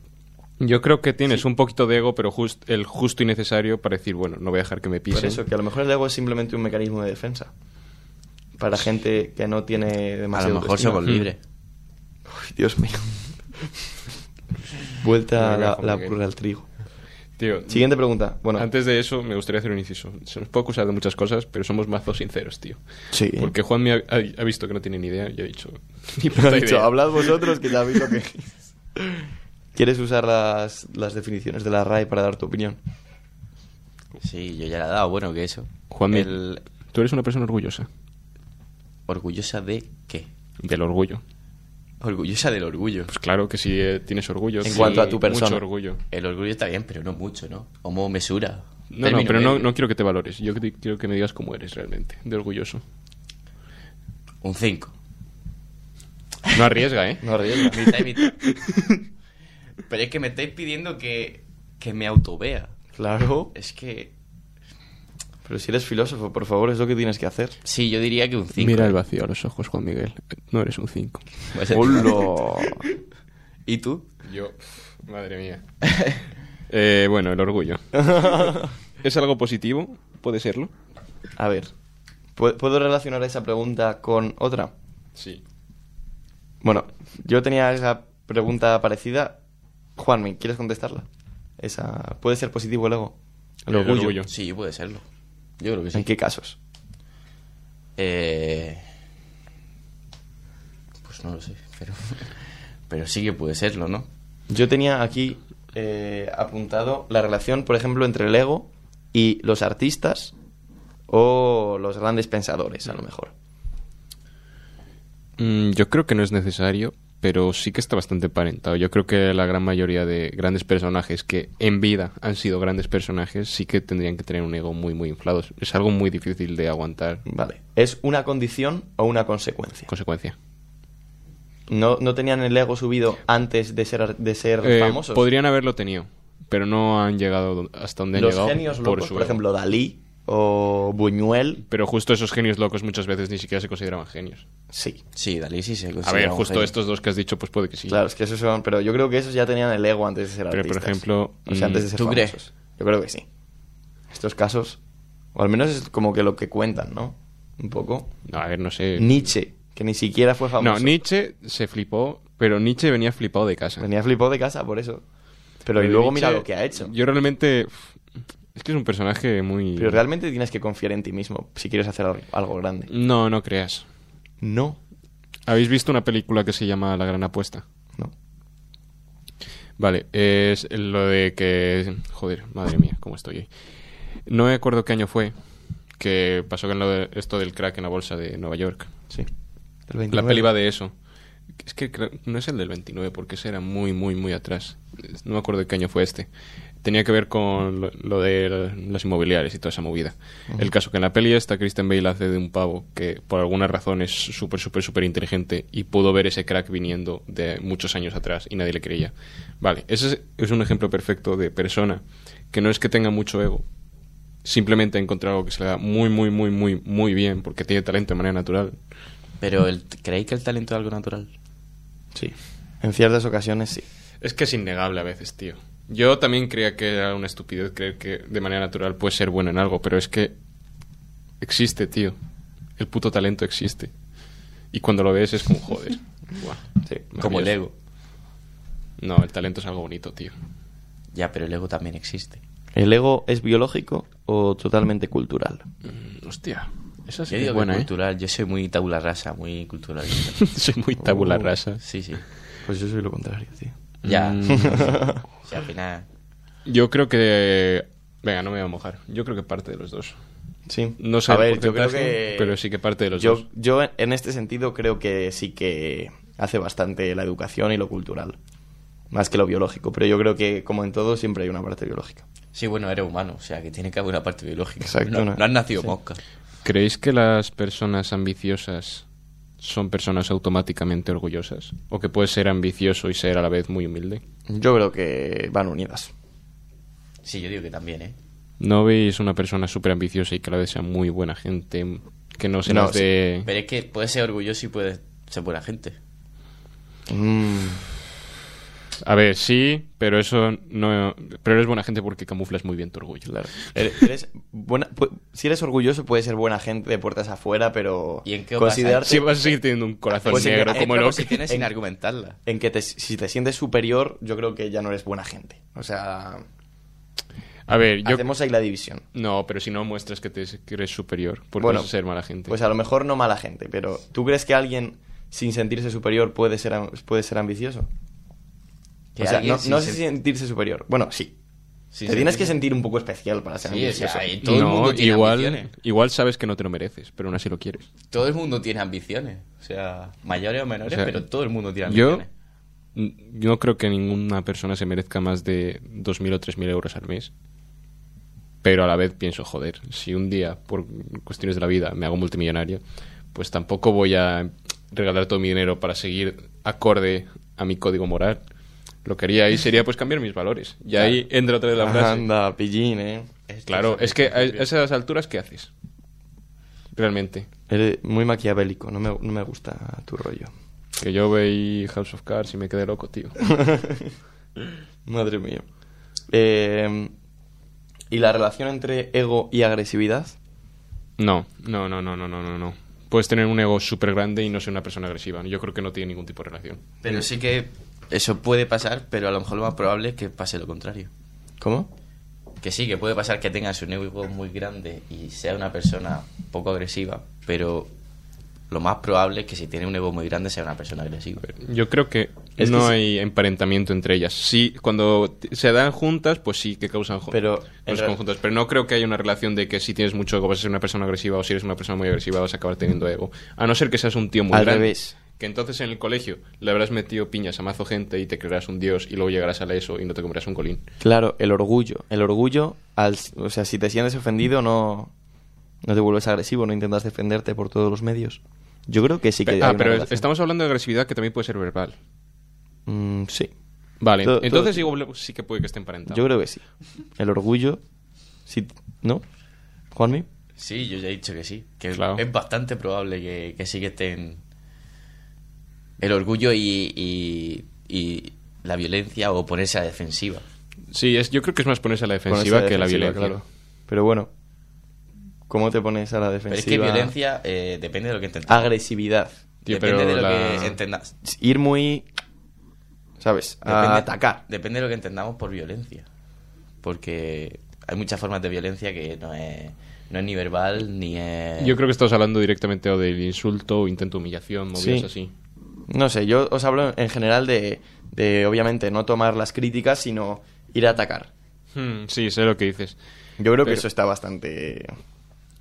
S5: Yo creo que tienes un poquito de ego, pero just- el justo y necesario para decir, bueno, no voy a dejar que me
S4: Por
S5: pisen.
S4: eso, que a lo mejor el ego es simplemente un mecanismo de defensa. Para gente que no tiene
S3: a
S4: demasiado.
S3: lo mejor somos
S5: Hmm.
S3: libres.
S4: Dios mío. Vuelta a
S5: Me
S4: la,
S5: relajo,
S4: la
S5: Miguel.
S4: burra al trigo.
S5: Tío,
S4: Siguiente pregunta. Bueno,
S5: antes de eso, me gustaría hacer un inciso. Se nos puede acusar de muchas cosas, pero somos mazos sinceros, tío.
S4: sí.
S5: Porque Juan me ha, ha- ha visto que no tiene ni idea y ha dicho... Ni
S4: Me
S5: puta
S4: ha dicho,
S5: idea.
S4: hablad vosotros que sabéis lo que. ¿Quieres usar las, las definiciones de la RAE para dar tu opinión?
S3: Sí, yo ya la he dado. Bueno, que eso.
S5: Juan, me-
S3: el
S5: tú eres una persona orgullosa.
S3: orgullosa de qué?
S5: Del orgullo.
S3: Orgullosa del orgullo.
S5: Pues claro que si eh, tienes orgullo.
S4: En
S5: sí,
S4: cuanto a tu persona.
S5: Mucho orgullo.
S3: El orgullo está bien, pero no mucho, ¿no? Como mesura.
S5: No, no,
S3: Término
S4: Eh,
S5: pero no,
S3: medio.
S5: no quiero que te valores. Yo que- quiero que me digas cómo eres realmente, de orgulloso.
S3: Un 5.
S5: No arriesga, ¿eh?
S4: No arriesga.
S3: pero es que me estáis pidiendo que, que me autovea.
S4: Claro.
S3: Es que...
S4: Pero si eres filósofo, por favor, es lo que tienes que hacer.
S3: Sí, yo diría que un 5.
S5: Mira el vacío a los ojos, Juan Miguel. No eres un 5.
S4: ¡Hola!
S3: ¿Y tú?
S5: Yo, madre mía. Eh, bueno, el orgullo. ¿Es algo positivo? ¿Puede serlo?
S4: A ver, ¿pu- ¿puedo relacionar esa pregunta con otra?
S5: Sí.
S4: Bueno, yo tenía esa pregunta parecida. Juanmi, ¿quieres contestarla? Esa ¿Puede ser positivo el ego? El orgullo.
S3: Sí, puede serlo. Yo creo que sí.
S4: ¿En qué casos?
S3: Eh, Pues no lo sé, pero... Pero sí que puede serlo, ¿no?
S4: Yo tenía aquí eh, apuntado la relación, por ejemplo, entre el ego y los artistas o los grandes pensadores, a lo mejor.
S5: Mm, yo creo que no es necesario, pero sí que está bastante emparentado. Yo creo que la gran mayoría de grandes personajes que en vida han sido grandes personajes sí que tendrían que tener un ego muy, muy inflado. Es algo muy difícil de aguantar.
S4: Vale. ¿Es una condición o una consecuencia?
S5: Consecuencia.
S4: ¿No, no tenían el ego subido antes de ser, ar- de ser
S5: Eh,
S4: famosos?
S5: podrían haberlo tenido, pero no han llegado don- hasta donde han
S4: los
S5: llegado.
S4: genios
S5: por
S4: locos,
S5: su
S4: por,
S5: ego.
S4: ejemplo, Dalí o Buñuel,
S5: Pero justo esos genios locos muchas veces ni siquiera se consideraban genios.
S4: sí.
S3: Sí, Dalí sí
S4: Pues
S3: se
S5: A
S3: considera
S5: ver,
S3: un
S5: justo
S3: genio.
S5: estos dos que has dicho, pues puede que sí.
S4: Claro, es que esos son... Pero yo creo que esos ya tenían el ego antes de ser
S5: Pero, por
S4: artistas.
S5: ejemplo,
S4: O sea, antes de ser
S3: ¿tú
S4: famosos.
S3: crees?
S4: Yo creo que sí. Estos casos... O al menos es como que lo que cuentan, ¿no? Un poco.
S5: No, a ver, no sé.
S4: Nietzsche, que ni siquiera fue famoso.
S5: no, Nietzsche se flipó, pero Nietzsche venía flipado de casa.
S4: Venía flipado de casa por eso. Pero, y
S5: Pero
S4: luego
S5: Nietzsche,
S4: mira lo que ha hecho.
S5: Yo realmente. Es que es un personaje muy.
S4: Pero realmente tienes que confiar en ti mismo si quieres hacer algo, algo grande.
S5: No, no creas.
S4: No.
S5: ¿Habéis visto una película que se llama La Gran Apuesta?
S4: No.
S5: Vale, es lo de que... Joder, madre mía, cómo estoy hoy. No me acuerdo qué año fue que pasó con lo de- esto del crack en la bolsa de Nueva York.
S4: Sí. El
S5: La
S4: 29.
S5: peli va de eso. Es que creo- no es el del 29, porque ese era muy, muy, muy atrás. Es- No me acuerdo qué año fue este. Tenía que ver con lo, lo de los inmobiliarios y toda esa movida. El caso que en la peli esta, Kristen Bale hace de un pavo que por alguna razón es súper, súper, súper inteligente y pudo ver ese crack viniendo de muchos años atrás y nadie le creía. Vale, ese es, es un ejemplo perfecto de persona que no es que tenga mucho ego, simplemente ha encontrado algo que se le da muy, muy, muy, muy, muy bien porque tiene talento de manera natural.
S3: Pero el, ¿creéis que el talento es algo natural?
S4: Sí. En ciertas ocasiones sí.
S5: Es que es innegable a veces, tío. Yo también creía que era una estupidez creer que de manera natural puedes ser bueno en algo, pero es que existe, tío. El puto talento existe. Y cuando lo ves es como joder. Buah,
S4: Sí.
S3: Como el
S5: maravilloso.
S3: ego.
S5: No, el talento es algo bonito, tío.
S3: Ya, pero el ego también existe.
S4: ¿El ego es biológico o totalmente cultural?
S5: Mm, Hostia. Esa sí
S3: Yo
S5: que es
S3: digo
S5: buena,
S3: que
S5: ¿eh?
S3: cultural, yo soy muy tabula rasa, muy cultural.
S5: Soy muy tabula
S4: Uh.
S5: rasa.
S3: Sí, sí.
S4: Pues yo soy lo contrario, tío.
S3: Ya.
S5: Mm.
S3: Sí, al final.
S5: Yo creo que... Venga, no me voy a mojar. Yo creo que parte de los dos.
S4: Sí.
S5: No sé
S4: A
S5: el
S4: ver, yo creo
S5: porcentaje,
S4: que.
S5: pero sí que parte de los
S4: yo,
S5: dos.
S4: yo en este sentido creo que sí que hace bastante la educación y lo cultural. Más que lo biológico. Pero yo creo que, como en todo, siempre hay una parte biológica.
S3: Sí, bueno, eres humano, o sea que tiene que haber una parte biológica.
S4: Exacto,
S3: No,
S4: no.
S3: no has nacido
S4: Sí.
S3: mosca.
S5: ¿Creéis que las personas ambiciosas son personas automáticamente orgullosas? ¿O que puedes ser ambicioso y ser a la vez muy humilde?
S4: Yo creo que van unidas.
S3: Sí, yo digo que también, ¿eh?
S5: ¿No veis una persona súper ambiciosa y que a la vez sea muy buena gente? Que no se
S4: No,
S5: las dé...
S3: Pero es que puedes ser orgulloso y puedes ser buena gente.
S4: Mm,
S5: A ver, sí, pero eso no... Pero eres buena gente porque camuflas muy bien tu orgullo.
S4: claro.
S5: Eh,
S4: Eres- eres buena- pu- si eres orgulloso, puedes ser buena gente de puertas afuera, pero.
S3: ¿Y en qué
S4: considerarte-
S5: Sí, vas a seguir teniendo un corazón
S4: Pues sí,
S5: negro
S4: eh,
S5: como el
S4: pero
S5: ok.
S3: Si tienes sin
S4: En-
S3: argumentarla.
S4: En que te- si te sientes superior, yo creo que ya no eres buena gente. O sea,
S5: A ver, yo...
S4: hacemos ahí la división.
S5: No, pero si no muestras que te que eres superior, por
S4: Bueno,
S5: eso ser mala gente.
S4: Pues a lo mejor no mala gente, pero ¿tú crees que alguien sin sentirse superior puede ser, am- puede ser ambicioso?
S3: Que
S4: o sea,
S3: alguien
S4: no,
S3: sin
S4: no
S3: sen-
S4: sin sentirse superior. Bueno, sí.
S3: sin
S4: Te tienes
S3: sentir-
S4: que sentir un poco especial para ser
S3: Sí, o sea,
S4: ambicioso.
S3: ahí todo el mundo tiene
S5: igual,
S3: ambiciones.
S5: igual sabes que no te lo mereces, pero aún así lo quieres.
S3: Todo el mundo tiene ambiciones. O sea, mayores o menores,
S5: O sea,
S3: pero todo el mundo tiene
S5: Yo
S3: ambiciones.
S5: n- no Mm, creo que ninguna persona se merezca más de 2.000 o 3.000 euros al mes. Pero a la vez pienso, joder, si un día, por cuestiones de la vida, me hago multimillonario, pues tampoco voy a regalar todo mi dinero para seguir acorde a mi código moral. Lo que haría ahí sería pues cambiar mis valores. Y ahí entra otra vez
S3: Ah,
S5: la frase.
S4: Anda, pillín, ¿eh?
S5: Claro, es que a esas alturas, ¿qué haces? Realmente.
S4: Eres muy maquiavélico, no me, no me gusta tu rollo.
S5: Que yo veí House of Cards y me quedé loco, tío.
S4: Madre mía. Eh, ¿Y la relación entre ego y agresividad?
S5: No, no, no, no, no, no, no, no. Puedes tener un ego súper grande y no ser una persona agresiva. Yo creo que no tiene ningún tipo de relación.
S3: Pero sí que eso puede pasar, pero a lo mejor lo más probable es que pase lo contrario.
S4: ¿Cómo?
S3: Que sí, que puede pasar que tengas un ego muy grande y sea una persona poco agresiva, pero lo más probable es que si tiene un ego muy grande sea una persona agresiva.
S5: Yo creo que
S4: Es que
S5: no
S4: sí.
S5: hay emparentamiento entre ellas. Sí, cuando t- se dan juntas, pues sí que causan jo-
S4: Pero, en
S5: los
S4: real-
S5: conjuntos. Pero no creo que haya una relación de que si tienes mucho ego vas a ser una persona agresiva o si eres una persona muy agresiva vas a acabar teniendo ego. A no ser que seas un tío muy
S4: Al
S5: grande.
S4: revés.
S5: Que entonces en el colegio le habrás metido piñas a mazo gente y te creerás un dios y luego llegarás a la ESO y no te comerás un colín.
S4: Claro, el orgullo. El orgullo, al, o sea, si te sientes ofendido, no, no te vuelves agresivo, no intentas defenderte por todos los medios. Yo creo que sí que.
S5: Pe-
S4: hay
S5: ah,
S4: una
S5: pero es-
S4: relación.
S5: estamos hablando de agresividad que también puede ser verbal.
S4: Mm, sí,
S5: Vale,
S4: Todo- todo-
S5: entonces digo, sí que puede que esté emparentado.
S4: yo creo que sí. El orgullo. Sí, ¿No? ¿Juanmi?
S3: Sí, yo ya he dicho que sí, que
S5: Claro.
S3: es bastante probable que, que sí que estén el orgullo y, y- y la violencia o ponerse a la defensiva.
S5: Sí, es, yo creo que es más ponerse a la
S4: Ponerse
S5: defensiva
S4: a
S5: que a la
S4: defensiva,
S5: violencia.
S4: claro. Pero bueno, ¿cómo te pones a la
S3: Pero
S4: defensiva?
S3: es que violencia eh, depende de lo que intentamos.
S4: Agresividad.
S5: Tío,
S3: depende
S5: pero
S3: de lo
S5: la-
S3: que entendas.
S4: Ir muy. ¿Sabes? A
S3: Depende-
S4: atacar.
S3: Ah, Depende de lo que entendamos por violencia. Porque hay muchas formas de violencia que no es, no es ni verbal ni es.
S5: Eh. Yo creo que estamos hablando directamente o del insulto o intento de humillación, movidas
S4: Sí.
S5: así.
S4: No sé, yo os hablo en general de, de, obviamente, no tomar las críticas, sino ir a atacar.
S5: Hmm, sí, sé lo que dices.
S4: Yo creo que
S5: Pero-
S4: eso está bastante...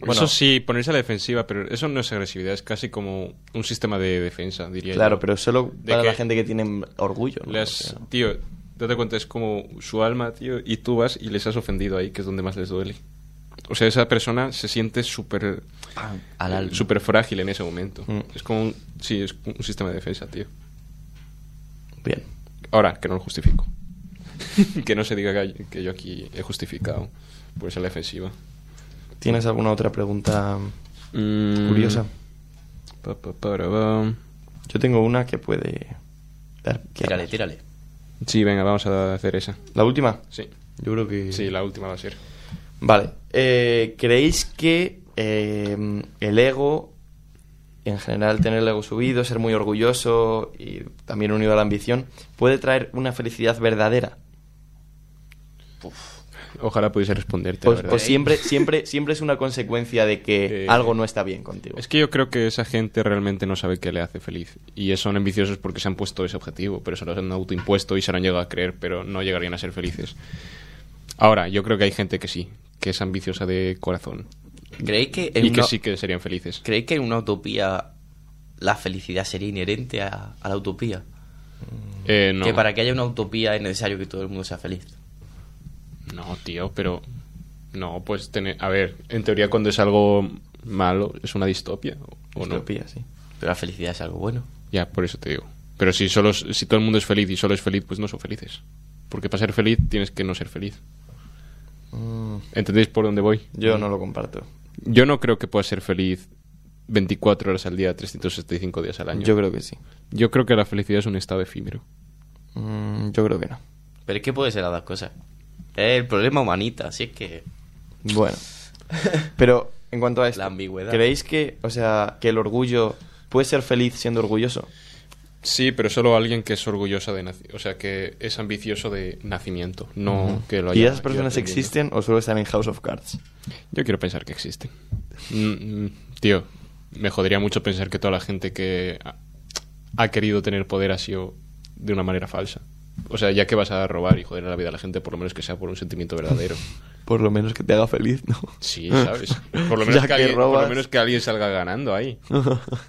S5: eso sí, ponerse a la defensiva, pero eso no es agresividad, es casi como un sistema de defensa, diría
S4: Claro,
S5: yo.
S4: pero solo
S5: De
S4: para
S5: que
S4: la gente que tiene orgullo. ¿no?
S5: Le
S4: O
S5: has-
S4: sea,
S5: Tío, date cuenta, es como su alma, tío, y tú vas y les has ofendido ahí, que es donde más les duele. O sea, esa persona se siente súper
S3: ¡Pam! Al alma.
S5: súper frágil en ese momento.
S4: Mm.
S5: Es como un, sí, es un sistema de defensa, tío.
S4: Bien.
S5: Ahora, que no lo justifico. que no se diga que, que yo aquí he justificado por esa defensiva.
S4: ¿Tienes alguna otra pregunta curiosa?
S5: Mm, Pa, pa, para, va.
S4: Yo tengo una que puede... dar- que
S3: Tírale,
S4: hablar.
S3: tírale.
S5: Sí, venga, vamos a hacer esa.
S4: ¿La última?
S5: Sí.
S4: Yo creo que...
S5: Sí, la última va a ser.
S4: Vale. Eh, ¿Creéis que eh, el ego, en general tener el ego subido, ser muy orgulloso y también unido a la ambición, puede traer una felicidad verdadera?
S5: Ojalá pudiese responderte. la
S4: O,
S5: verdad.
S4: o Pues, siempre, siempre, siempre es una consecuencia de que
S5: Eh,
S4: algo no está bien contigo.
S5: Es que yo creo que esa gente realmente no sabe qué le hace feliz. Y son ambiciosos porque se han puesto ese objetivo, pero se lo han autoimpuesto y se lo han llegado a creer, pero no llegarían a ser felices. Ahora, yo creo que hay gente que sí, que es ambiciosa de corazón.
S3: ¿Creéis que, en
S5: Y que
S3: una-
S5: sí que serían felices.
S3: ¿Creéis que en una utopía la felicidad sería inherente a, a la utopía?
S5: Eh, no.
S3: Que para que haya una utopía es necesario que todo el mundo sea feliz.
S5: No, tío, pero. No, pues tener. A ver, en teoría, cuando es algo malo, es una distopia. ¿o no?
S3: utopía, sí. Pero la felicidad es algo bueno.
S5: Ya, por eso te digo. Pero si, solo, si todo el mundo es feliz y solo es feliz, pues no son felices. Porque para ser feliz tienes que no ser feliz.
S4: Mm.
S5: ¿Entendéis por dónde voy?
S4: Yo no lo comparto.
S5: Yo no creo que puedas ser feliz 24 horas al día, 365 días al año.
S4: Yo creo que sí.
S5: Yo creo que la felicidad es un estado efímero.
S4: Mm, yo creo que no.
S3: Pero es que puede ser las dos cosas. Es el problema humanita, así es que...
S4: Bueno. Pero en cuanto a esto,
S3: La ambigüedad.
S4: ¿creéis que, o sea, que el orgullo puede ser feliz siendo orgulloso?
S5: Sí, pero solo alguien que es orgullosa de naci- o sea, que es ambicioso de nacimiento, no que lo haya
S4: Mm. ¿Y esas
S5: ido
S4: personas
S5: aprendiendo.
S4: existen o solo están en House of Cards?
S5: Yo quiero pensar que existen. Mm, mm, tío, me jodería mucho pensar que toda la gente que ha, ha querido tener poder ha sido de una manera falsa. O sea, ya que vas a robar y joder la vida a la gente, por lo menos que sea por un sentimiento verdadero.
S4: Por lo menos que te haga feliz, ¿no?
S5: Sí, ¿sabes? Por lo menos,
S4: Ya
S5: que
S4: que
S5: alguien, por lo
S4: robas.
S5: menos que alguien salga ganando ahí.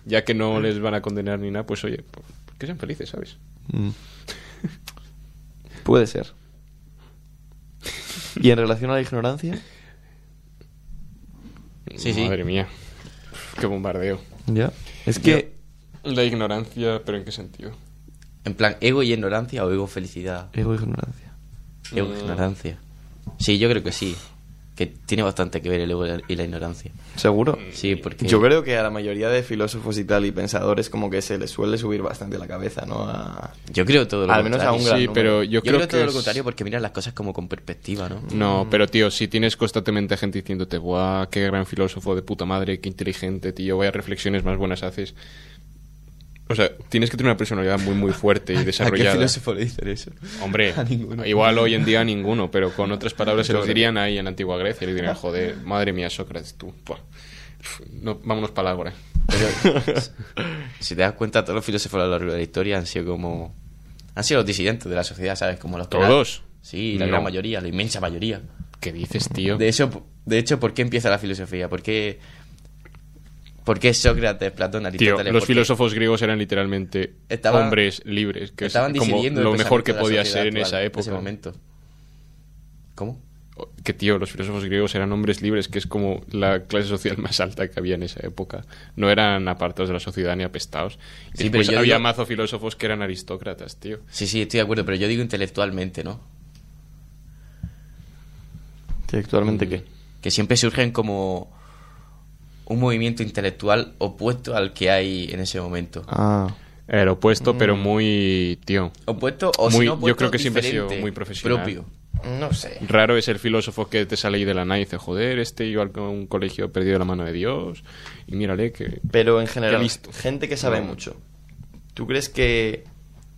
S5: Ya que no les van a condenar ni nada, pues oye, por- que sean felices, ¿sabes?
S4: Mm. Puede ser. ¿Y en relación a la ignorancia?
S3: Sí, sí.
S5: Madre mía. Qué bombardeo.
S4: Ya. Es que
S5: La ignorancia, pero ¿en qué sentido?
S3: En plan, ego y ignorancia o ego felicidad.
S4: ego ignorancia.
S3: Ego y ignorancia. Sí, yo creo que sí. Que tiene bastante que ver el ego y la- y la ignorancia.
S4: ¿Seguro?
S5: Mm.
S3: Sí, porque...
S4: Mm. Yo creo que a la mayoría de filósofos y tal y pensadores como que se les suele subir bastante la cabeza, ¿no? A-
S3: Yo creo todo lo
S4: Al menos
S3: contrario.
S4: a un gran
S5: Sí,
S4: número.
S5: pero
S3: Yo,
S5: yo,
S3: creo, todo
S5: que
S3: lo
S5: es- Mm.
S3: contrario porque miras las cosas como con perspectiva, ¿no?
S5: No, pero tío, si tienes constantemente gente diciéndote, ¡buah, qué gran filósofo de puta madre, qué inteligente, tío, vaya reflexiones más buenas haces! O sea, tienes que tener una personalidad muy, muy fuerte y desarrollada.
S4: le dicen eso?
S5: Hombre,
S4: A ninguno.
S5: igual hoy en día ninguno, pero con otras palabras se los dirían ahí en la antigua Grecia y le dirían, joder, madre mía, Sócrates, tú. buah. No, vámonos palabras.
S3: Si te das cuenta, todos los filósofos a lo largo de la historia han sido como... Han sido los disidentes de la sociedad, ¿sabes? Como los que-
S5: ¿Todos?
S3: Sí, la
S5: No.
S3: gran mayoría, la inmensa mayoría.
S5: ¿Qué dices, tío?
S3: De hecho, de hecho, ¿por qué empieza la filosofía? ¿Por qué, por qué Sócrates, Platón,
S5: Tío,
S3: Aristóteles?
S5: los
S3: por qué-
S5: filósofos griegos eran literalmente
S3: Estaban-
S5: hombres libres, que es
S3: estaban
S5: como
S3: decidiendo el
S5: lo
S3: pensamiento
S5: mejor que
S3: de la
S5: podía
S3: sociedad
S5: ser en
S3: actual,
S5: esa
S3: de
S5: época.
S3: ese momento. ¿Cómo?
S5: O- Que tío, los filósofos griegos eran hombres libres, que es como la clase social más alta que había en esa época. No eran apartados de la sociedad ni apestados. Y
S3: Sí, pero
S5: después
S3: yo
S5: había
S3: digo-
S5: mazo filósofos que eran aristócratas, tío.
S3: Sí, sí, estoy de acuerdo, pero yo digo intelectualmente, ¿no?
S5: Mm.
S4: ¿Intelectualmente qué?
S3: Que siempre surgen como un movimiento intelectual opuesto al que hay en ese momento.
S4: Ah.
S5: Era opuesto, pero muy, tío.
S3: Opuesto o si
S5: Muy-
S3: no
S5: yo
S3: opuesto,
S5: creo que siempre ha sido
S3: diferente,
S5: muy profesional.
S3: Propio.
S4: No sé.
S5: Raro es el filósofo que te sale ahí de la nada y dice, joder, este iba a un colegio perdido de la mano de Dios. Y mírale que...
S4: Pero en general,
S5: Qué listo.
S4: gente que sabe
S5: No.
S4: mucho. ¿Tú crees que,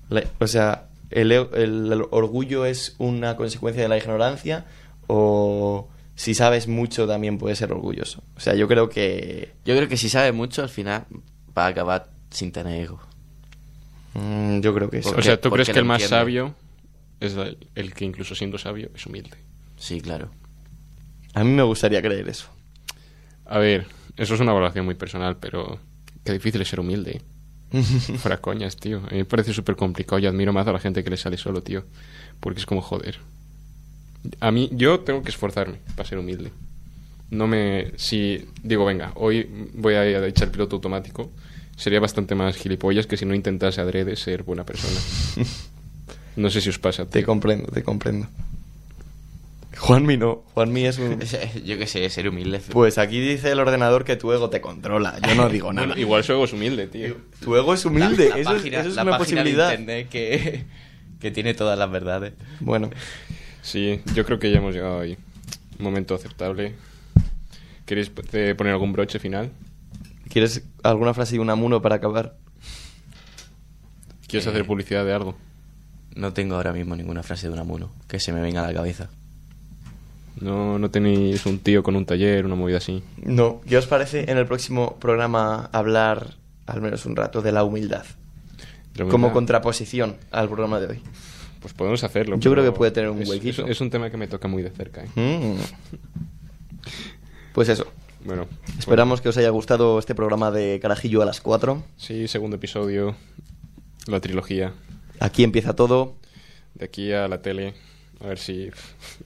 S4: la- o sea, el, e- el- el orgullo es una consecuencia de la ignorancia o si sabes mucho también puedes ser orgulloso? O sea, yo creo que
S3: Yo creo que si sabes mucho, al final va a acabar sin tener ego.
S4: mm, yo creo que sí.
S5: o sea, ¿tú
S3: porque
S5: crees
S3: lo
S5: que el más
S3: entiende.
S5: sabio es la- el que incluso siendo sabio es humilde?
S3: Sí, claro.
S4: A mí me gustaría creer eso.
S5: A ver, eso es una valoración muy personal, pero qué difícil es ser humilde. ¿eh? Fuera coñas, tío. A mí me parece súper complicado. Yo admiro más a la gente que le sale solo, tío. Porque es como joder. A mí, yo tengo que esforzarme para ser humilde. No me. Si digo, venga, hoy voy a echar el piloto automático, sería bastante más gilipollas que si no intentase adrede ser buena persona. No sé si os pasa.
S4: Te
S5: tío.
S4: comprendo, te comprendo. Juanmi no. Juanmi es un...
S3: Yo qué sé, ser humilde.
S4: Pues aquí dice el ordenador que tu ego te controla. Yo no digo nada.
S5: Bueno, igual su ego es humilde, tío.
S4: Tu ego es humilde.
S3: La- la
S4: eso, es-
S3: página-
S4: eso es
S3: la
S4: una
S3: página de
S4: posibilidad.
S3: internet que, que tiene todas las verdades.
S4: Bueno,
S5: Sí, yo creo que ya hemos llegado ahí. Un momento aceptable. ¿Queréis p- eh, poner algún broche final?
S4: ¿quieres alguna frase de Unamuno para acabar?
S5: ¿Quieres
S3: Eh.
S5: hacer publicidad de algo?
S3: No tengo ahora mismo ninguna frase de Unamuno que se me venga a la cabeza.
S5: No, no tenéis un tío con un taller, una movida así.
S4: No. ¿Qué os parece en el próximo programa hablar al menos un rato de la humildad?
S5: Pero
S4: Como
S5: mira,
S4: contraposición al programa de hoy.
S5: Pues podemos hacerlo.
S4: Yo creo
S5: pero
S4: que puede tener un
S5: es-
S4: huequito.
S5: Es, es un tema que me toca muy de cerca. ¿eh?
S4: Mm. Pues eso.
S5: Bueno,
S4: Esperamos que os haya gustado este programa de Carajillo a las 4.
S5: sí, segundo episodio, la trilogía.
S4: Aquí empieza todo.
S5: De aquí a la tele, a ver si,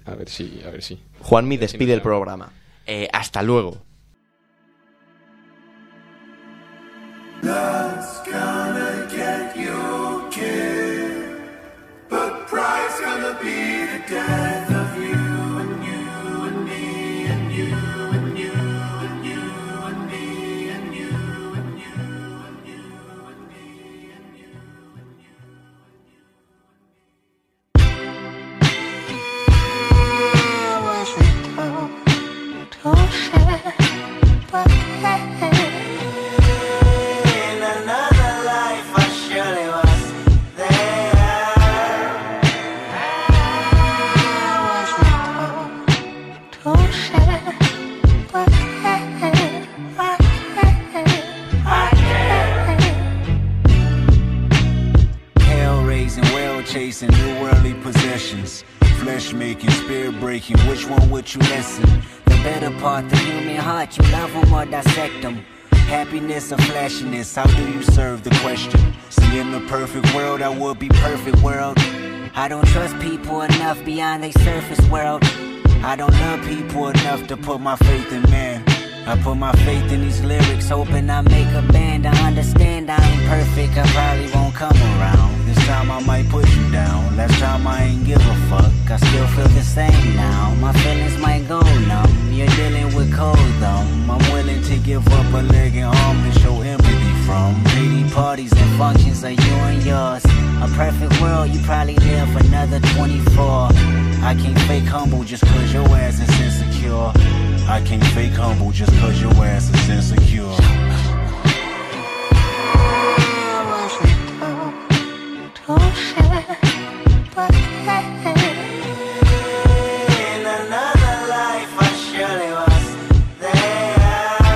S5: a ver si, a ver si.
S4: Juanmi despide el programa.
S3: Eh, hasta luego.
S7: Hell raising, whale chasing, new worldly possessions. Flesh making, spirit breaking, which one would you listen?
S8: The better part, the human heart, you love them or dissect them.
S7: Happiness or flashiness, how do you serve the question? See, in the perfect world, I would be perfect world.
S8: I don't trust people enough beyond their surface world.
S7: I don't love people enough to put my faith in man. I put my faith in these lyrics,
S8: Hoping I make a band, I understand I ain't perfect, I probably won't come around.
S7: This time I might put you down. Last time I ain't give a fuck. I still feel the same now.
S8: My feelings might go numb, you're dealing with cold though.
S7: I'm willing to give up a leg and arm to show empathy from.
S8: Shady parties and functions are you and yours. A perfect world, you probably live another 24.
S7: I can't fake humble just cause your ass is insecure. I can't fake humble just cause your ass is insecure. In another life, I surely was there.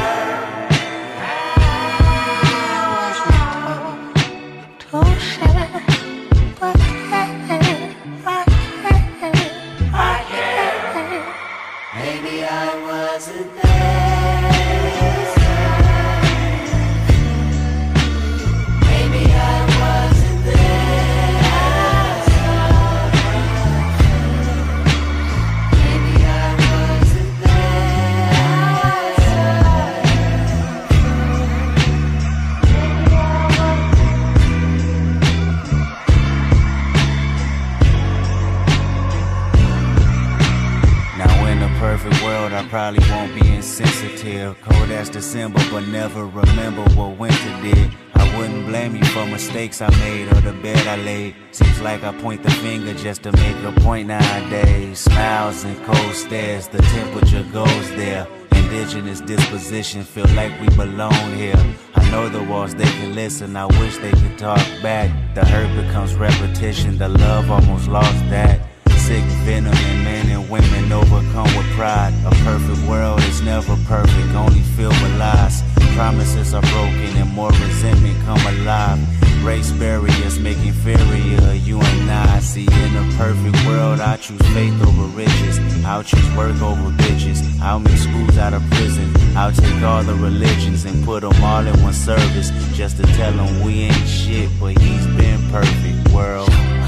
S8: Maybe I wasn't
S7: Now in a perfect world, I probably won't be insensitive. Cold as December, but never remember what winter did. I wouldn't blame you for mistakes I made or the bed I laid. Seems like I point the finger just to make a point nowadays. Smiles and cold stares, the temperature goes there. Indigenous disposition, feel like we belong here. I know the walls, they can listen. I wish they could talk back. The hurt becomes repetition. The love almost lost that. Sick venom and men and women overcome with pride. A perfect world is never perfect, only filled with lies. Promises are broken and more resentment come alive. Race barriers make inferior you and I. See, in a perfect world, I choose faith over riches. I'll choose work over bitches. I'll make schools out of prison. I'll take all the religions and put them all in one service. Just to tell them we ain't shit, but he's been perfect, world.